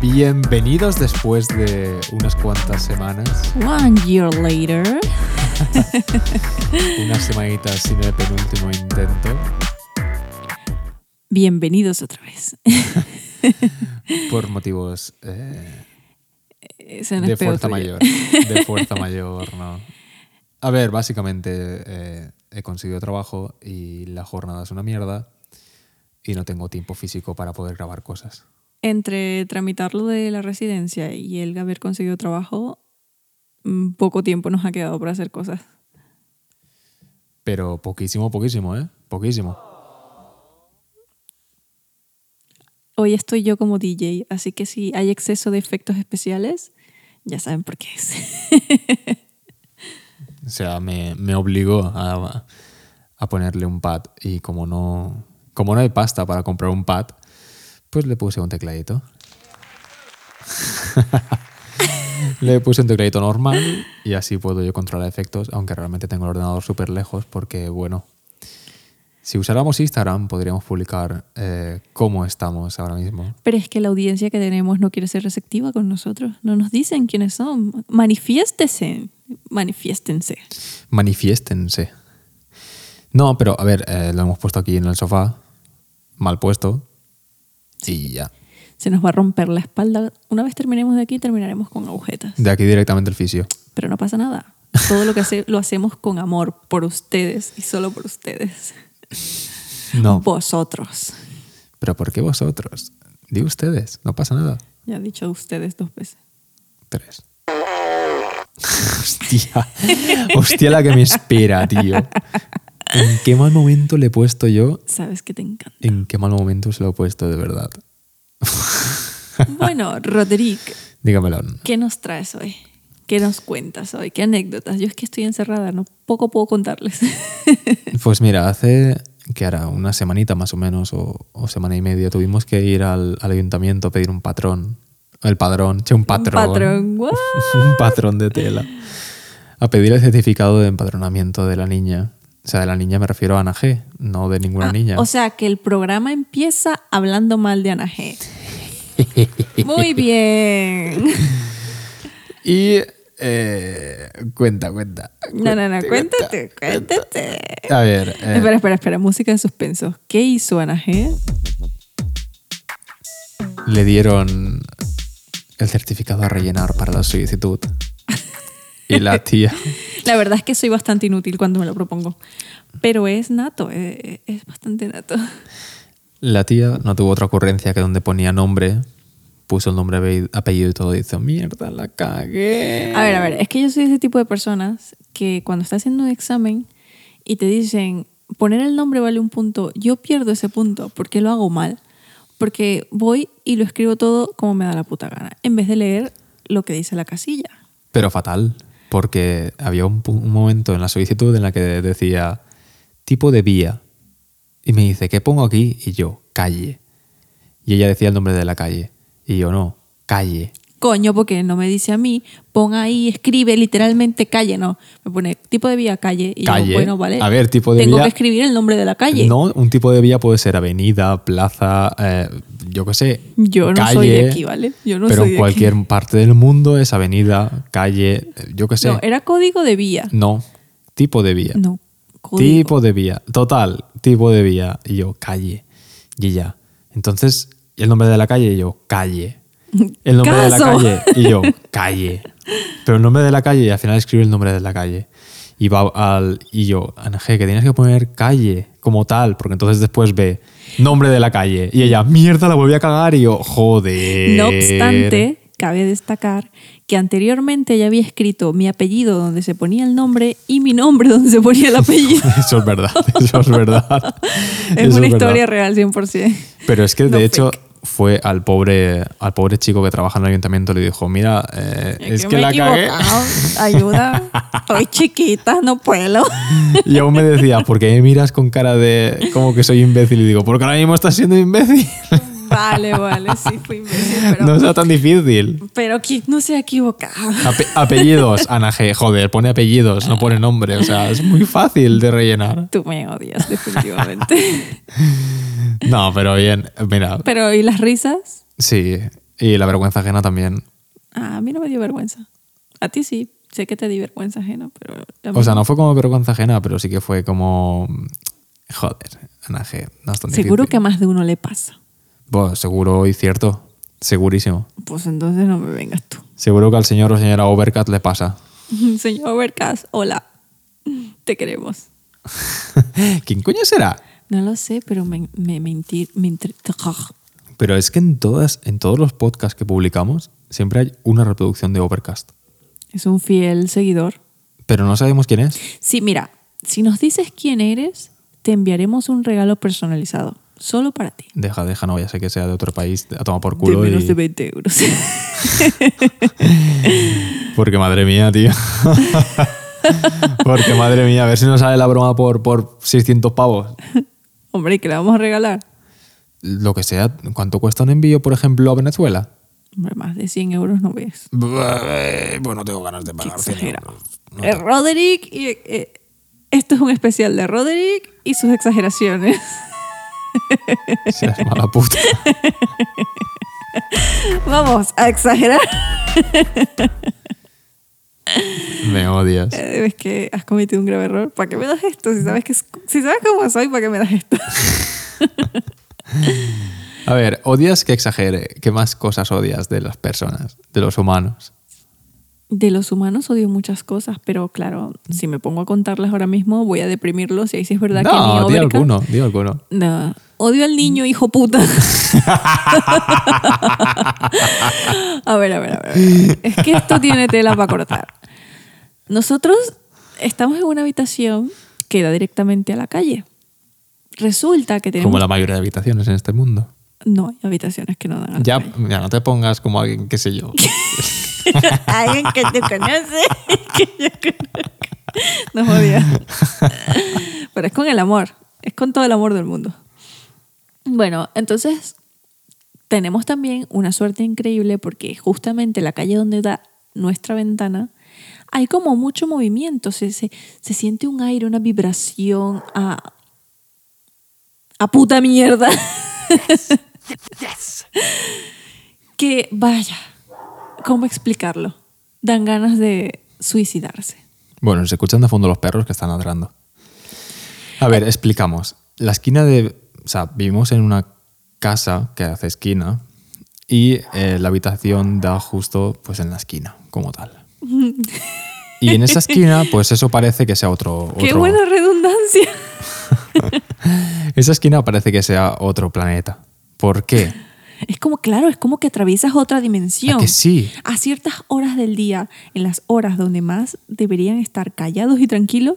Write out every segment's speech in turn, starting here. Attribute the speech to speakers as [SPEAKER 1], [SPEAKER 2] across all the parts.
[SPEAKER 1] Bienvenidos después de unas cuantas semanas,
[SPEAKER 2] One year later.
[SPEAKER 1] unas semanitas sin el penúltimo intento,
[SPEAKER 2] Bienvenidos otra vez.
[SPEAKER 1] por motivos eh,
[SPEAKER 2] Eso no
[SPEAKER 1] de
[SPEAKER 2] es peor
[SPEAKER 1] fuerza
[SPEAKER 2] tuyo.
[SPEAKER 1] mayor. De fuerza mayor, ¿no? A ver, básicamente eh, he conseguido trabajo y la jornada es una mierda y no tengo tiempo físico para poder grabar cosas.
[SPEAKER 2] Entre tramitar lo de la residencia y el haber conseguido trabajo, mm, poco tiempo nos ha quedado para hacer cosas.
[SPEAKER 1] Pero poquísimo, poquísimo, ¿eh? Poquísimo.
[SPEAKER 2] Hoy estoy yo como DJ, así que si hay exceso de efectos especiales, ya saben por qué es.
[SPEAKER 1] O sea, me, me obligó a, a ponerle un pad y como no, como no hay pasta para comprar un pad, pues le puse un tecladito. le puse un tecladito normal y así puedo yo controlar efectos, aunque realmente tengo el ordenador súper lejos porque, bueno, si usáramos Instagram podríamos publicar eh, cómo estamos ahora mismo.
[SPEAKER 2] Pero es que la audiencia que tenemos no quiere ser receptiva con nosotros. No nos dicen quiénes son. Manifiéstese. Manifiéstense.
[SPEAKER 1] Manifiéstense. No, pero a ver, eh, lo hemos puesto aquí en el sofá, mal puesto, y ya.
[SPEAKER 2] Se nos va a romper la espalda. Una vez terminemos de aquí, terminaremos con agujetas.
[SPEAKER 1] De aquí directamente el fisio.
[SPEAKER 2] Pero no pasa nada. Todo lo que hace, lo hacemos con amor por ustedes y solo por ustedes.
[SPEAKER 1] No.
[SPEAKER 2] Vosotros.
[SPEAKER 1] Pero ¿por qué vosotros? Di ustedes, no pasa nada.
[SPEAKER 2] Ya he dicho ustedes dos veces.
[SPEAKER 1] Tres. Hostia. Hostia la que me espera, tío. ¿En qué mal momento le he puesto yo?
[SPEAKER 2] Sabes que te encanta.
[SPEAKER 1] ¿En qué mal momento se lo he puesto de verdad?
[SPEAKER 2] Bueno, Roderick,
[SPEAKER 1] Dígamelo.
[SPEAKER 2] ¿qué nos traes hoy? ¿Qué nos cuentas hoy? ¿Qué anécdotas? Yo es que estoy encerrada, no poco puedo contarles.
[SPEAKER 1] Pues mira, hace que hará una semanita más o menos, o, o semana y media, tuvimos que ir al, al ayuntamiento a pedir un patrón. El padrón, che, un patrón.
[SPEAKER 2] Patrón, ¿what?
[SPEAKER 1] un patrón de tela. A pedir el certificado de empadronamiento de la niña. O sea, de la niña me refiero a Ana G, no de ninguna niña.
[SPEAKER 2] Ah, O sea que el programa empieza hablando mal de Ana G. Muy bien.
[SPEAKER 1] Y eh, cuenta, cuenta.
[SPEAKER 2] No, no, no, cuéntate, cuéntate.
[SPEAKER 1] A ver, eh,
[SPEAKER 2] Espera, espera, espera. Música de suspenso. ¿Qué hizo Ana G?
[SPEAKER 1] le dieron el certificado a rellenar para la solicitud. Y la tía.
[SPEAKER 2] La verdad es que soy bastante inútil cuando me lo propongo. Pero es nato, eh, es bastante nato.
[SPEAKER 1] La tía no tuvo otra ocurrencia que donde ponía nombre, puso el nombre, abe- apellido y todo, y dice: Mierda, la cagué.
[SPEAKER 2] A ver, a ver, es que yo soy ese tipo de personas que cuando estás haciendo un examen y te dicen poner el nombre vale un punto, yo pierdo ese punto porque lo hago mal. Porque voy y lo escribo todo como me da la puta gana, en vez de leer lo que dice la casilla.
[SPEAKER 1] Pero fatal, porque había un, pu- un momento en la solicitud en la que decía tipo de vía. Y me dice, ¿qué pongo aquí? Y yo, calle. Y ella decía el nombre de la calle. Y yo, no, calle.
[SPEAKER 2] Coño, porque no me dice a mí, pon ahí, escribe literalmente calle, no. Me pone tipo de vía calle y yo,
[SPEAKER 1] Calle.
[SPEAKER 2] bueno, vale.
[SPEAKER 1] A ver, tipo de
[SPEAKER 2] Tengo
[SPEAKER 1] vía-
[SPEAKER 2] que escribir el nombre de la calle.
[SPEAKER 1] No, un tipo de vía puede ser avenida, plaza, eh, yo qué sé.
[SPEAKER 2] Yo no soy de aquí, ¿vale? Yo no
[SPEAKER 1] pero
[SPEAKER 2] soy
[SPEAKER 1] en
[SPEAKER 2] de
[SPEAKER 1] cualquier parte del mundo es avenida, calle, eh, yo qué sé.
[SPEAKER 2] No, era código de vía.
[SPEAKER 1] No, tipo de vía.
[SPEAKER 2] No, código.
[SPEAKER 1] Tipo de vía. Total, tipo de vía. Y yo, calle. Y ya. Entonces, el nombre de la calle, y yo, calle. El nombre de la
[SPEAKER 2] Caso.
[SPEAKER 1] calle, y yo, calle. Pero el nombre de la calle, y al final escribe el nombre de la calle. Y va al. Y yo, Ana G, que tienes que poner calle como tal, porque entonces después ve nombre de la calle. Y ella, mierda, la volví a cagar. Y yo, joder.
[SPEAKER 2] No obstante, cabe destacar que anteriormente ya había escrito mi apellido donde se ponía el nombre y mi nombre donde se ponía el apellido.
[SPEAKER 1] Eso es verdad, eso es verdad.
[SPEAKER 2] es
[SPEAKER 1] Eso
[SPEAKER 2] una
[SPEAKER 1] verdad.
[SPEAKER 2] historia real 100%.
[SPEAKER 1] Pero es que de
[SPEAKER 2] No
[SPEAKER 1] hecho fue al pobre, al pobre chico que trabaja en el ayuntamiento le dijo, mira, eh, es que
[SPEAKER 2] me he
[SPEAKER 1] la cagué.
[SPEAKER 2] equivocado. Ayuda. Estoy chiquita, no puedo.
[SPEAKER 1] Y aún me decía, ¿por qué me miras con cara de como que soy imbécil? Y digo, porque ahora mismo estás siendo imbécil.
[SPEAKER 2] Vale, vale, sí fui imbécil, pero,
[SPEAKER 1] No sea tan difícil.
[SPEAKER 2] pero ¿quién no se ha equivocado?
[SPEAKER 1] Ape- apellidos, Ana G. Joder, pone apellidos, no pone nombre. O sea, es muy fácil de rellenar.
[SPEAKER 2] Tú me odias, definitivamente.
[SPEAKER 1] No, pero bien, mira,
[SPEAKER 2] pero ¿y las risas?
[SPEAKER 1] sí. Y la vergüenza ajena también.
[SPEAKER 2] A mí no me dio vergüenza. A ti sí, sé que te di vergüenza ajena, pero... a mí-
[SPEAKER 1] O sea, no fue como vergüenza ajena, pero sí que fue como. Joder, Ana G. No es tan
[SPEAKER 2] Seguro que
[SPEAKER 1] difícil.
[SPEAKER 2] a más de uno le pasa.
[SPEAKER 1] Bueno, seguro y cierto. Segurísimo.
[SPEAKER 2] Pues entonces no me vengas tú.
[SPEAKER 1] Seguro que al señor o señora Overcat le pasa.
[SPEAKER 2] Señor Overcast, hola. Te queremos.
[SPEAKER 1] ¿Quién coño será?
[SPEAKER 2] No lo sé, pero me, me, me inti- me intri-
[SPEAKER 1] Pero es que en, todas, en todos los podcasts que publicamos siempre hay una reproducción de Overcast.
[SPEAKER 2] Es un fiel seguidor.
[SPEAKER 1] Pero no sabemos quién es.
[SPEAKER 2] Sí, mira, si nos dices quién eres, te enviaremos un regalo personalizado, solo para ti.
[SPEAKER 1] Deja, deja, no, ya sé que sea de otro país, a tomar por culo.
[SPEAKER 2] de menos
[SPEAKER 1] y-
[SPEAKER 2] de 20 euros.
[SPEAKER 1] Porque madre mía, tío. Porque madre mía, a ver si nos sale la broma por, por 600 pavos.
[SPEAKER 2] Hombre, ¿y ¿qué le vamos a regalar?
[SPEAKER 1] Lo que sea, ¿cuánto cuesta un envío, por ejemplo, a Venezuela?
[SPEAKER 2] Hombre, más de 100 euros no ves.
[SPEAKER 1] Pues no tengo ganas de
[SPEAKER 2] Qué
[SPEAKER 1] pagar.
[SPEAKER 2] exagerado. Eh, Roderick y... eh, esto es un especial de Roderick y sus exageraciones.
[SPEAKER 1] Seas mala puta.
[SPEAKER 2] Vamos a exagerar.
[SPEAKER 1] Me odias.
[SPEAKER 2] Eh, Es que has cometido un grave error. ¿Para qué me das esto? Si sabes, que, es- si sabes cómo soy, ¿para qué me das esto?
[SPEAKER 1] A ver, odias que exagere. ¿Qué más cosas odias de las personas, de los humanos?
[SPEAKER 2] De los humanos odio muchas cosas, pero claro, si me pongo a contarlas ahora mismo, voy a deprimirlos. Y ahí sí es verdad que
[SPEAKER 1] No,
[SPEAKER 2] ni
[SPEAKER 1] di
[SPEAKER 2] Overcast-
[SPEAKER 1] alguno, di alguno.
[SPEAKER 2] No. Odio al niño, hijo puta. a ver, a ver, a ver, a ver. Es que esto tiene tela para cortar. Nosotros estamos en una habitación que da directamente a la calle. Resulta que tenemos...
[SPEAKER 1] Como la mayoría de habitaciones en este mundo.
[SPEAKER 2] No, hay habitaciones que no dan a la
[SPEAKER 1] Ya,
[SPEAKER 2] calle.
[SPEAKER 1] mira, no te pongas como alguien, qué sé yo.
[SPEAKER 2] Alguien que tú conoces, que yo conozco. No jodía. Pero es con el amor. Es con todo el amor del mundo. Bueno, entonces tenemos también una suerte increíble porque justamente la calle donde da nuestra ventana hay como mucho movimiento. Se, se, se siente un aire, una vibración a. a puta mierda. que vaya, ¿cómo explicarlo? Dan ganas de suicidarse.
[SPEAKER 1] Bueno, se escuchan de fondo los perros que están ladrando. A ver, explicamos. La esquina de... O sea, vivimos en una casa que hace esquina y eh, la habitación da justo pues en la esquina, como tal. Y en esa esquina, pues eso parece que sea otro...
[SPEAKER 2] ¡Qué
[SPEAKER 1] otro-
[SPEAKER 2] buena redundancia!
[SPEAKER 1] Esa esquina parece que sea otro planeta. ¿Por qué?
[SPEAKER 2] Es como, claro, es como que atraviesas otra dimensión.
[SPEAKER 1] ¿A que sí?
[SPEAKER 2] A ciertas horas del día, en las horas donde más deberían estar callados y tranquilos,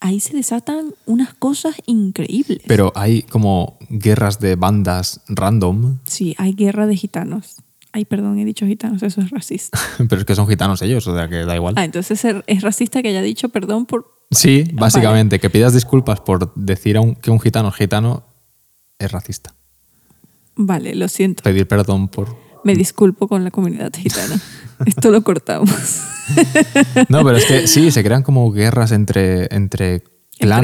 [SPEAKER 2] ahí se desatan unas cosas increíbles.
[SPEAKER 1] Pero hay como guerras de bandas random,
[SPEAKER 2] sí, hay guerra de gitanos. Ay, perdón, he dicho gitanos, eso es racista.
[SPEAKER 1] pero es que son gitanos ellos, o sea que da igual.
[SPEAKER 2] Ah, entonces er- es racista que haya dicho perdón por...
[SPEAKER 1] Sí, básicamente, que pidas disculpas por decir a un- que un gitano es gitano es racista.
[SPEAKER 2] Vale, lo siento.
[SPEAKER 1] Pedir perdón por...
[SPEAKER 2] Me disculpo con la comunidad gitana. Esto lo cortamos.
[SPEAKER 1] No, pero es que sí, se crean como guerras entre, entre, clan-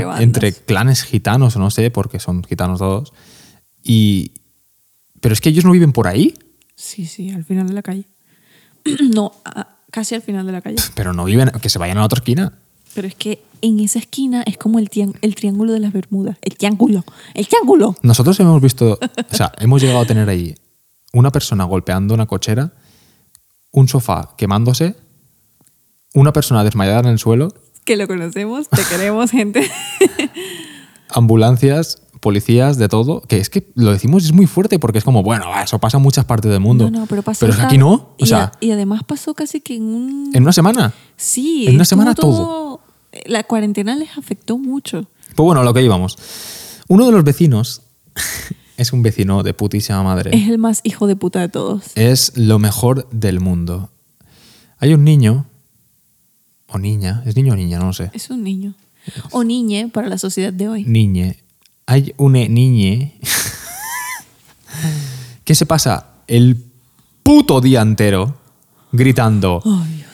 [SPEAKER 2] Entre bandas.
[SPEAKER 1] entre clanes gitanos, o no sé, porque son gitanos todos. Y... Pero es que ellos no viven por ahí,
[SPEAKER 2] Sí, sí, al final de la calle. no, a- casi al final de la calle.
[SPEAKER 1] pero no viven, que se vayan a la otra esquina.
[SPEAKER 2] Pero es que en esa esquina es como el, tian- el triángulo de las Bermudas. El triángulo. El triángulo.
[SPEAKER 1] Nosotros hemos visto, o sea, hemos llegado a tener ahí una persona golpeando una cochera, un sofá quemándose, una persona desmayada en el suelo,
[SPEAKER 2] Que lo conocemos, te queremos, gente.
[SPEAKER 1] ambulancias, policías, de todo. Que es que lo decimos y es muy fuerte porque es como, bueno, eso pasa en muchas partes del mundo.
[SPEAKER 2] No, no, pero pasó.
[SPEAKER 1] es que
[SPEAKER 2] tan-
[SPEAKER 1] aquí no.
[SPEAKER 2] y,
[SPEAKER 1] O
[SPEAKER 2] a-
[SPEAKER 1] sea,
[SPEAKER 2] y además pasó casi que en un.
[SPEAKER 1] en una semana.
[SPEAKER 2] sí,
[SPEAKER 1] en una
[SPEAKER 2] estuvo
[SPEAKER 1] semana
[SPEAKER 2] La cuarentena les afectó mucho.
[SPEAKER 1] Pues bueno, a lo que íbamos. Uno de los vecinos es un vecino de putísima madre.
[SPEAKER 2] Es el más hijo de puta de todos.
[SPEAKER 1] es lo mejor del mundo. Hay un niño, o niña, es niño o niña, no lo sé.
[SPEAKER 2] Es un niño. O niñe para la sociedad de hoy.
[SPEAKER 1] Niñe. Hay una niñe que se pasa el puto día entero gritando.
[SPEAKER 2] Oh, Dios.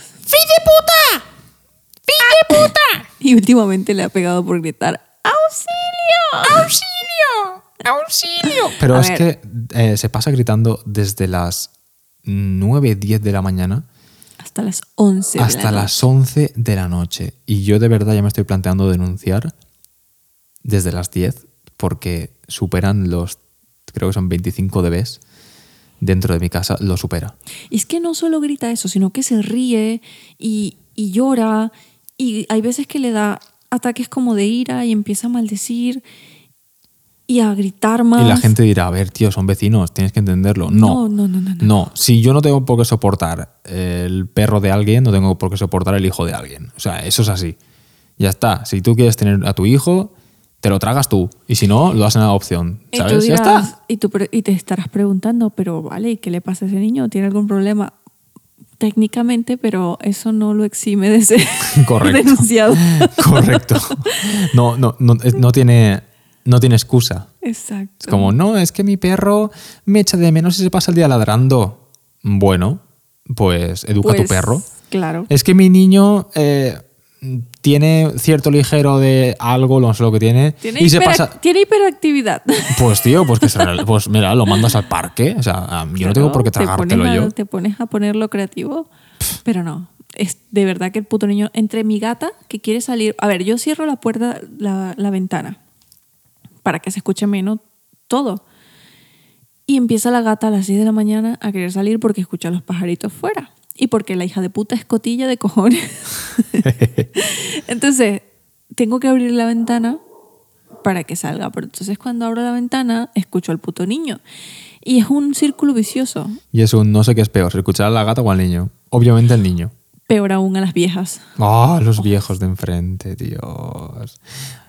[SPEAKER 2] puta! puta! Ah. Y últimamente le ha pegado por gritar ¡Auxilio! ¡Auxilio!
[SPEAKER 1] Pero
[SPEAKER 2] A
[SPEAKER 1] es
[SPEAKER 2] ver.
[SPEAKER 1] que eh, se pasa gritando desde las 9, 10 de la mañana
[SPEAKER 2] Hasta las 11. de la
[SPEAKER 1] hasta
[SPEAKER 2] noche.
[SPEAKER 1] las 11 de la noche. Y yo de verdad ya me estoy planteando denunciar desde las 10 porque superan los, creo que son 25 dBs dentro de mi casa, lo supera.
[SPEAKER 2] Y es que no solo grita eso, sino que se ríe y, y llora. Y hay veces que le da ataques como de ira y empieza a maldecir y a gritar más.
[SPEAKER 1] Y la gente dirá, a ver, tío, son vecinos, tienes que entenderlo. No,
[SPEAKER 2] No, no, no, no, no.
[SPEAKER 1] si yo no tengo por qué soportar el perro de alguien, no tengo por qué soportar el hijo de alguien. O sea, eso es así. Ya está. Si tú quieres tener a tu hijo, te lo tragas tú. Y si no, lo das en adopción.
[SPEAKER 2] Y tú
[SPEAKER 1] ¿Sabes?
[SPEAKER 2] dirás-
[SPEAKER 1] ya está.
[SPEAKER 2] Y, tú pre- y te estarás preguntando, pero vale, ¿y qué le pasa a ese niño? ¿Tiene algún problema? Técnicamente, pero eso no lo exime de ser
[SPEAKER 1] Correcto.
[SPEAKER 2] denunciado.
[SPEAKER 1] Correcto. No, no, no, es- no tiene, no tiene excusa. Es
[SPEAKER 2] Exacto.
[SPEAKER 1] como, no, es que mi perro me echa de menos y se pasa el día ladrando. Bueno, pues educa a tu
[SPEAKER 2] Pues,
[SPEAKER 1] perro.
[SPEAKER 2] Claro.
[SPEAKER 1] Es que mi niño eh, tiene cierto ligero de algo, no sé lo que tiene.
[SPEAKER 2] Tiene,
[SPEAKER 1] y se
[SPEAKER 2] hiperac-
[SPEAKER 1] pasa.
[SPEAKER 2] tiene hiperactividad.
[SPEAKER 1] Pues tío, pues que se lo- pues mira, lo mandas al parque. O sea, a- yo no tengo por qué
[SPEAKER 2] Te pones
[SPEAKER 1] tragártelo
[SPEAKER 2] a-
[SPEAKER 1] yo.
[SPEAKER 2] Te pones a ponerlo creativo, pero no. Es de verdad que el puto niño, entre mi gata que quiere salir, a ver, yo cierro la puerta, la, la ventana, para que se escuche menos todo. Y empieza la gata a las 6 de la mañana a querer salir porque escucha a los pajaritos fuera. Y porque la hija de puta es cotilla de cojones. entonces, tengo que abrir la ventana para que salga. Pero entonces cuando abro la ventana, escucho al puto niño. Y es un círculo vicioso.
[SPEAKER 1] Y es un no sé qué es peor, escuchar a la gata o al niño. Obviamente el niño.
[SPEAKER 2] Peor aún a las viejas.
[SPEAKER 1] Ah, los viejos de enfrente, Dios.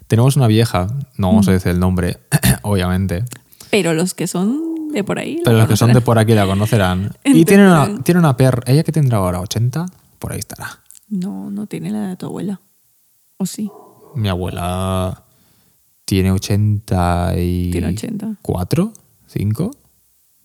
[SPEAKER 1] Tenemos una vieja, no
[SPEAKER 2] Mm.
[SPEAKER 1] vamos a decir el nombre, obviamente,
[SPEAKER 2] Pero los que son de por ahí. la
[SPEAKER 1] pero los que son de
[SPEAKER 2] conocerán.
[SPEAKER 1] por aquí la conocerán. Y tiene una,
[SPEAKER 2] Entenderán.
[SPEAKER 1] tiene una perra, ella que tendrá ahora 80, por ahí estará.
[SPEAKER 2] No, no tiene la de tu abuela. ¿O sí?
[SPEAKER 1] Mi abuela tiene 84,
[SPEAKER 2] Tiene 80.
[SPEAKER 1] 5,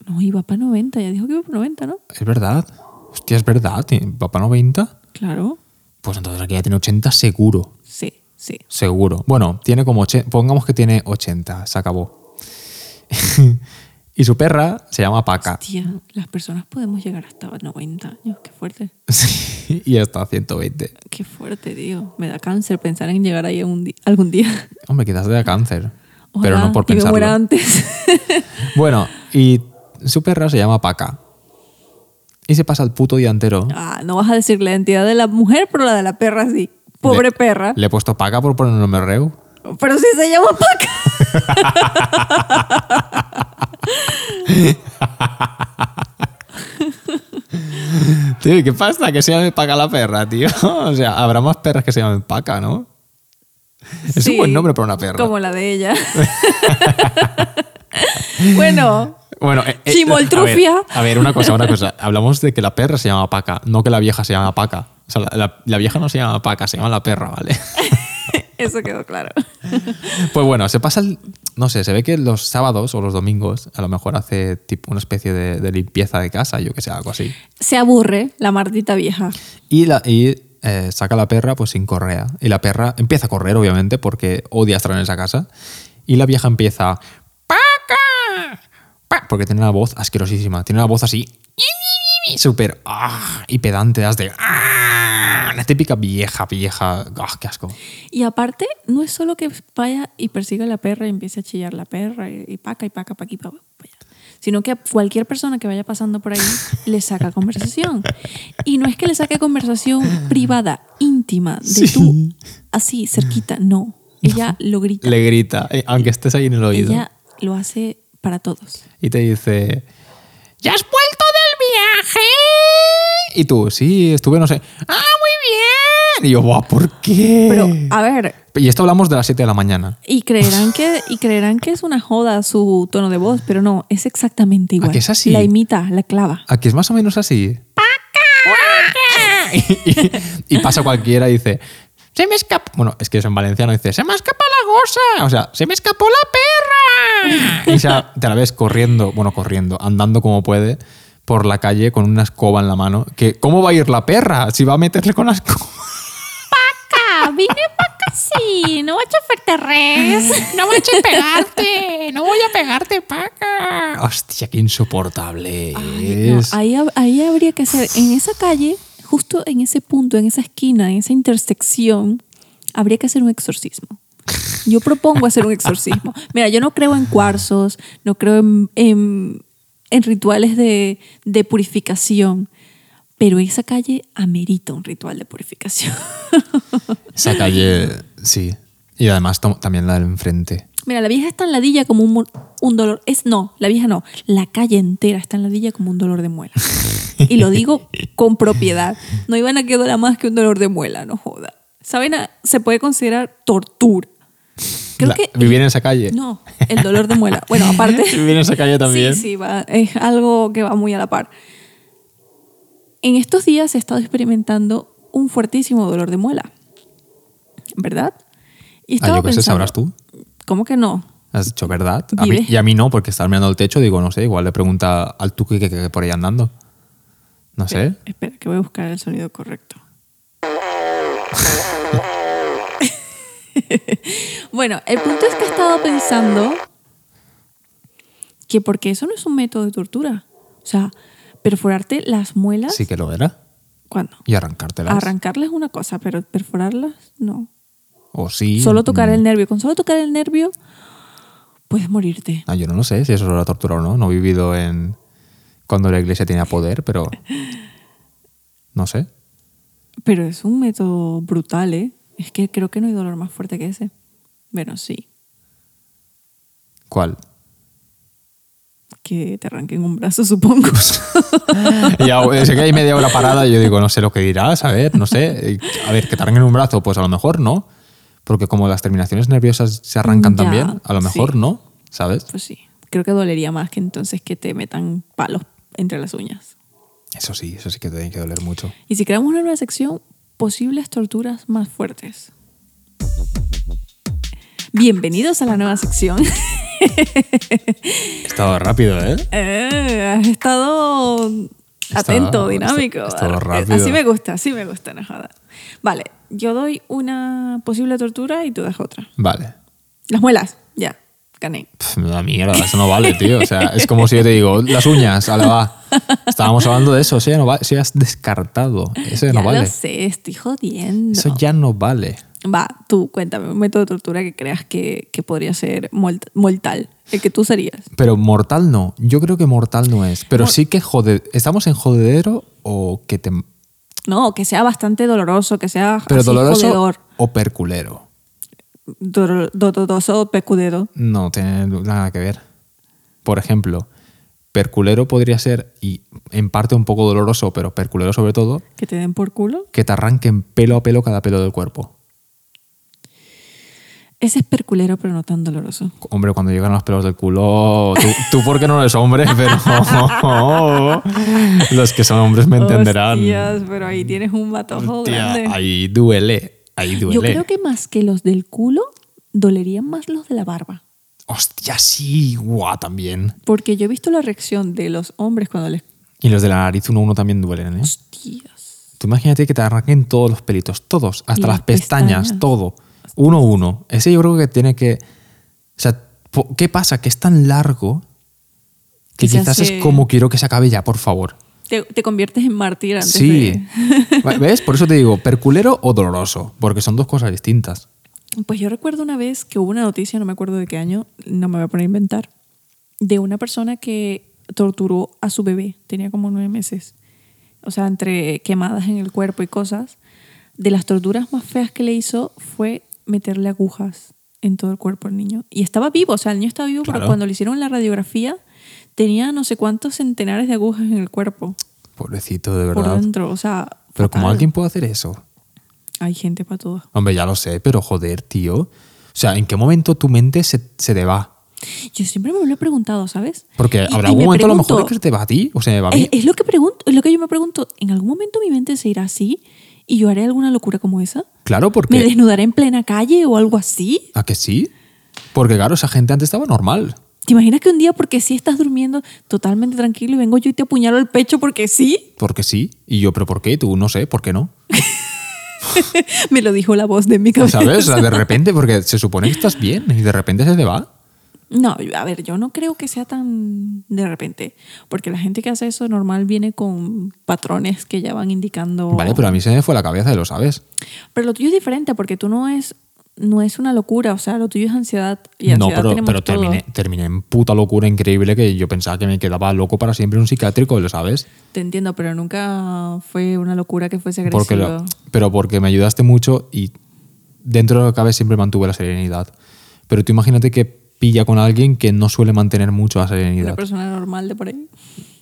[SPEAKER 2] No, iba para 90. Ya dijo que iba para 90, ¿no?
[SPEAKER 1] es verdad. Hostia, es verdad, ¿Tiene- papá 90.
[SPEAKER 2] Claro.
[SPEAKER 1] Pues entonces aquí ya tiene 80 seguro,
[SPEAKER 2] Sí, sí.
[SPEAKER 1] seguro. Bueno, tiene como, oche- pongamos que tiene 80, se acabó. y su perra se llama Paca.
[SPEAKER 2] Tía, las personas podemos llegar hasta 90 años. Qué fuerte.
[SPEAKER 1] Sí, y hasta 120.
[SPEAKER 2] Qué fuerte, tío. Me da cáncer pensar en llegar ahí un di- algún día.
[SPEAKER 1] Hombre, quizás le da cáncer. pero
[SPEAKER 2] Ojalá
[SPEAKER 1] no por
[SPEAKER 2] y me muera
[SPEAKER 1] pensarlo.
[SPEAKER 2] antes.
[SPEAKER 1] Bueno, y su perra se llama Paca. Y se pasa el puto día entero.
[SPEAKER 2] Ah, no vas a decir la identidad de la mujer, pero la de la perra sí. Pobre
[SPEAKER 1] Le-
[SPEAKER 2] perra.
[SPEAKER 1] Le he puesto Paca por poner un nombre reu.
[SPEAKER 2] Pero sí se llama Paca.
[SPEAKER 1] Tío, ¿y ¿qué pasa? Que se llame Paca la perra, tío. O sea, habrá más perras que se llamen Paca, ¿no? Es un
[SPEAKER 2] Sí,
[SPEAKER 1] buen nombre para una perra.
[SPEAKER 2] Como la de ella. bueno,
[SPEAKER 1] Bueno, eh, eh,
[SPEAKER 2] Chimoltrufia.
[SPEAKER 1] A ver, a ver, una cosa, una cosa. Hablamos de que la perra se llama Paca, no que la vieja se llama Paca. O sea, la, la- la vieja no se llama Paca, se llama la perra, ¿vale?
[SPEAKER 2] eso quedó claro.
[SPEAKER 1] Pues bueno, se pasa el. No sé, se ve que los sábados o los domingos a lo mejor hace tipo una especie de, de limpieza de casa, yo que sé, algo así.
[SPEAKER 2] Se aburre la mardita vieja.
[SPEAKER 1] Y, la, y eh, saca a la perra pues sin correa. Y la perra empieza a correr, obviamente, porque odia estar en esa casa. Y la vieja empieza. ¡Paca! Pa", Porque tiene una voz asquerosísima. Tiene una voz así. Súper. ah, y pedante, das de. ah, Una típica vieja, vieja. ah, ¡Qué asco!
[SPEAKER 2] Y aparte, no es solo que vaya y persiga a la perra y empiece a chillar la perra y, y paca y paca, pa' aquí, pa' pa' allá. Sino que a cualquier persona que vaya pasando por ahí le saca conversación. Y no es que le saque conversación privada, íntima, de tú, así, cerquita, no. Ella lo grita.
[SPEAKER 1] Le grita, eh, aunque estés ahí en el oído.
[SPEAKER 2] Ella lo hace para todos.
[SPEAKER 1] y te dice, ¿ya has vuelto del viaje? Y tú, sí, estuve, no sé, ¡ah, muy bien! Y yo, "Buah, ¿por qué?
[SPEAKER 2] Pero, a ver,
[SPEAKER 1] y esto hablamos de las 7 de la mañana.
[SPEAKER 2] y creerán que, y creerán que es una joda su tono de voz, pero no, es exactamente igual.
[SPEAKER 1] Ah, que es así?
[SPEAKER 2] La imita, la clava.
[SPEAKER 1] Aquí es más o menos así. Y, y- y pasa cualquiera y dice, se me escapó. Bueno, es que eso en valenciano dice, se me escapa la gosa. O sea, se me escapó la perra. Y ya te la ves corriendo, bueno, corriendo, andando como puede por la calle con una escoba en la mano. Que, ¿Cómo va a ir la perra si va a meterle con la escoba?
[SPEAKER 3] Vine para casi, no voy a chafarte res, no voy a pegarte, no voy a pegarte, paca.
[SPEAKER 1] Hostia, qué insoportable
[SPEAKER 2] Ay, no,
[SPEAKER 1] es.
[SPEAKER 2] ahí, hab- ahí habría que hacer, en esa calle, justo en ese punto, en esa esquina, en esa intersección, habría que hacer un exorcismo. Yo propongo hacer un exorcismo. Mira, yo no creo en cuarzos, no creo en, en- en rituales de, de purificación, pero esa calle amerita un ritual de purificación.
[SPEAKER 1] Esa calle, sí. Y además tam- también la del enfrente.
[SPEAKER 2] Mira, la vieja está en ladilla como un, mu- un dolor. Es no, la vieja no. La calle entera está en ladilla como un dolor de muela. Y lo digo con propiedad. No iban a que duela más que un dolor de muela, no joda. ¿Saben? a- Se puede considerar tortura. Creo
[SPEAKER 1] La-
[SPEAKER 2] que.
[SPEAKER 1] ¿Vivir en esa calle?
[SPEAKER 2] No, el dolor de muela. Bueno, aparte.
[SPEAKER 1] Vivir en esa calle también.
[SPEAKER 2] Sí, sí, va- es algo que va muy a la par. En estos días he estado experimentando un fuertísimo dolor de muela. ¿Verdad? Y
[SPEAKER 1] Ah,
[SPEAKER 2] estaba
[SPEAKER 1] yo qué sé, ¿sabrás tú?
[SPEAKER 2] ¿Cómo que no?
[SPEAKER 1] Has dicho verdad. A mí-
[SPEAKER 2] Vive.
[SPEAKER 1] y a mí no, porque estar mirando el techo, digo, no sé, igual le pregunta al tuque que, que por ahí andando. No sé.
[SPEAKER 2] Espera, que voy a buscar el sonido correcto. bueno, el punto es que he estado pensando que porque eso no es un método de tortura. O sea, perforarte las muelas.
[SPEAKER 1] Sí que lo era.
[SPEAKER 2] ¿Cuándo?
[SPEAKER 1] Y arrancártelas.
[SPEAKER 2] Arrancarlas es una cosa, pero perforarlas no.
[SPEAKER 1] o sí.
[SPEAKER 2] Solo tocar
[SPEAKER 1] mm.
[SPEAKER 2] el nervio. Con solo tocar el nervio puedes morirte.
[SPEAKER 1] Ah, yo no lo sé si eso era tortura o no. No he vivido en. cuando la iglesia tenía poder, pero. No sé.
[SPEAKER 2] Pero es un método brutal, ¿eh? Es que creo que no hay dolor más fuerte que ese. Bueno, sí.
[SPEAKER 1] ¿Cuál?
[SPEAKER 2] que te arranquen un brazo, supongo.
[SPEAKER 1] Ya, sé que hay media hora parada y yo digo, no sé lo que dirás, a ver, no sé. Eh, A ver, que te arranquen un brazo, pues a lo mejor no. Porque como las terminaciones nerviosas se arrancan
[SPEAKER 2] Ya,
[SPEAKER 1] también, a lo mejor
[SPEAKER 2] sí.
[SPEAKER 1] no, ¿sabes?
[SPEAKER 2] pues sí, creo que dolería más que entonces que te metan palos entre las uñas.
[SPEAKER 1] Eso sí, eso sí que te tiene que doler mucho.
[SPEAKER 2] Y si creamos una nueva sección, posibles torturas más fuertes. Bienvenidos a la nueva sección.
[SPEAKER 1] He estado rápido, ¿eh?
[SPEAKER 2] Eh, has estado
[SPEAKER 1] Está-
[SPEAKER 2] atento, dinámico.
[SPEAKER 1] está- está rápido.
[SPEAKER 2] Así me gusta, así me gusta, no jodas. Vale, yo doy una posible tortura y tú das otra.
[SPEAKER 1] Vale. Pff,
[SPEAKER 2] Las muelas, ya, gané.
[SPEAKER 1] Me da mierda, eso no vale, tío. O sea, es como si yo te digo, las uñas, a la va. Estábamos hablando de eso, eso ya no vale. Eso ya has descartado. Eso ya,
[SPEAKER 2] ya
[SPEAKER 1] no vale.
[SPEAKER 2] lo sé, estoy jodiendo.
[SPEAKER 1] Eso ya no vale.
[SPEAKER 2] Va, tú cuéntame un método de tortura que creas que, que podría ser mol- mortal, el que tú serías.
[SPEAKER 1] Pero mortal no. Yo creo que mortal no es. Pero
[SPEAKER 2] Mor-
[SPEAKER 1] sí que jode. ¿Estamos en jodedero o que te.
[SPEAKER 2] No, que sea bastante doloroso, que sea
[SPEAKER 1] Pero
[SPEAKER 2] así
[SPEAKER 1] doloroso
[SPEAKER 2] jodedor.
[SPEAKER 1] o perculero?
[SPEAKER 2] Dor- doloroso, pecudero.
[SPEAKER 1] No tiene nada que ver. Por ejemplo, perculero podría ser, y en parte un poco doloroso, pero perculero sobre todo,
[SPEAKER 2] Que te den por culo.
[SPEAKER 1] que te arranquen pelo a pelo cada pelo del cuerpo.
[SPEAKER 2] Ese es perculero, pero no tan doloroso.
[SPEAKER 1] Hombre, cuando llegan los pelos del culo, tú, tú porque no eres hombre, pero los que son hombres me entenderán.
[SPEAKER 2] Hostias, pero ahí tienes un matojo
[SPEAKER 1] Tía,
[SPEAKER 2] grande.
[SPEAKER 1] ahí duele, ahí duele.
[SPEAKER 2] Yo creo que más que los del culo, dolerían más los de la barba.
[SPEAKER 1] Hostia, sí, guau, también.
[SPEAKER 2] Porque yo he visto la reacción de los hombres cuando les...
[SPEAKER 1] Y los de la nariz uno a uno también duelen, ¿eh?
[SPEAKER 2] Hostias.
[SPEAKER 1] Tú imagínate que te arranquen todos los pelitos, todos, hasta
[SPEAKER 2] Y
[SPEAKER 1] las
[SPEAKER 2] las
[SPEAKER 1] pestañas,
[SPEAKER 2] pestañas.
[SPEAKER 1] todo. Uno a uno. Ese yo creo que tiene que. O sea, po- ¿qué pasa? Que es tan largo que
[SPEAKER 2] Que se
[SPEAKER 1] quizás
[SPEAKER 2] hace-
[SPEAKER 1] es como quiero que se acabe ya, por favor.
[SPEAKER 2] Te, te conviertes en mártir antes
[SPEAKER 1] Sí.
[SPEAKER 2] de-
[SPEAKER 1] Va- ¿Ves? Por eso te digo, perculero o doloroso, porque son dos cosas distintas.
[SPEAKER 2] Pues yo recuerdo una vez que hubo una noticia, no me acuerdo de qué año, no me voy a poner a inventar, de una persona que torturó a su bebé, tenía como nueve meses. O sea, entre quemadas en el cuerpo y cosas. De las torturas más feas que le hizo fue meterle agujas en todo el cuerpo al niño. Y estaba vivo, o sea, el niño estaba vivo,
[SPEAKER 1] Claro.
[SPEAKER 2] pero cuando le hicieron la radiografía tenía no sé cuántos centenares de agujas en el cuerpo,
[SPEAKER 1] Pobrecito, de
[SPEAKER 2] por
[SPEAKER 1] verdad.
[SPEAKER 2] dentro. O sea,
[SPEAKER 1] Pero como
[SPEAKER 2] fatal.
[SPEAKER 1] alguien puede hacer eso.
[SPEAKER 2] Hay gente para todo.
[SPEAKER 1] Hombre, ya lo sé, pero joder, tío. O sea, ¿en qué momento tu mente se, se te va?
[SPEAKER 2] Yo siempre me lo he preguntado, ¿sabes?
[SPEAKER 1] Porque
[SPEAKER 2] Y-
[SPEAKER 1] habrá
[SPEAKER 2] y
[SPEAKER 1] algún
[SPEAKER 2] me
[SPEAKER 1] momento a lo
[SPEAKER 2] pregunto, Eh,
[SPEAKER 1] mejor que se te va a ti o se me va a mí.
[SPEAKER 2] Es, es lo que pregunto, es lo que yo me pregunto. ¿En algún momento mi mente se irá así y yo haré alguna locura como esa?
[SPEAKER 1] Claro, porque.
[SPEAKER 2] ¿Me desnudaré en plena calle o algo así?
[SPEAKER 1] ¿A que sí? Porque claro, esa gente antes estaba normal.
[SPEAKER 2] ¿Te imaginas que un día porque sí estás durmiendo totalmente tranquilo y vengo yo y te apuñalo el pecho porque sí?
[SPEAKER 1] Porque sí. Y yo, ¿pero por qué? Tú no sé, ¿por qué no?
[SPEAKER 2] Me lo dijo la voz de mi cabeza.
[SPEAKER 1] ¿Sabes? O sea, de repente, porque se supone que estás bien y de repente se te va.
[SPEAKER 2] No, a ver, yo no creo que sea tan de repente, porque la gente que hace eso normal viene con patrones que ya van indicando...
[SPEAKER 1] Vale, pero a mí se me fue la cabeza y lo sabes.
[SPEAKER 2] Pero lo tuyo es diferente, porque tú no es, no es una locura, o sea, lo tuyo es ansiedad. Y
[SPEAKER 1] no,
[SPEAKER 2] ansiedad
[SPEAKER 1] pero,
[SPEAKER 2] tenemos
[SPEAKER 1] pero
[SPEAKER 2] todos.
[SPEAKER 1] terminé, terminé en puta locura increíble que yo pensaba que me quedaba loco para siempre en un psiquiátrico, ¿lo sabes?
[SPEAKER 2] Te entiendo, pero nunca fue una locura que fuese agresiva.
[SPEAKER 1] Porque lo- pero porque me ayudaste mucho y dentro de lo que cabe siempre mantuve la serenidad. Pero tú imagínate que pilla con alguien que no suele mantener mucho la
[SPEAKER 2] Una
[SPEAKER 1] serenidad.
[SPEAKER 2] persona normal de por ahí.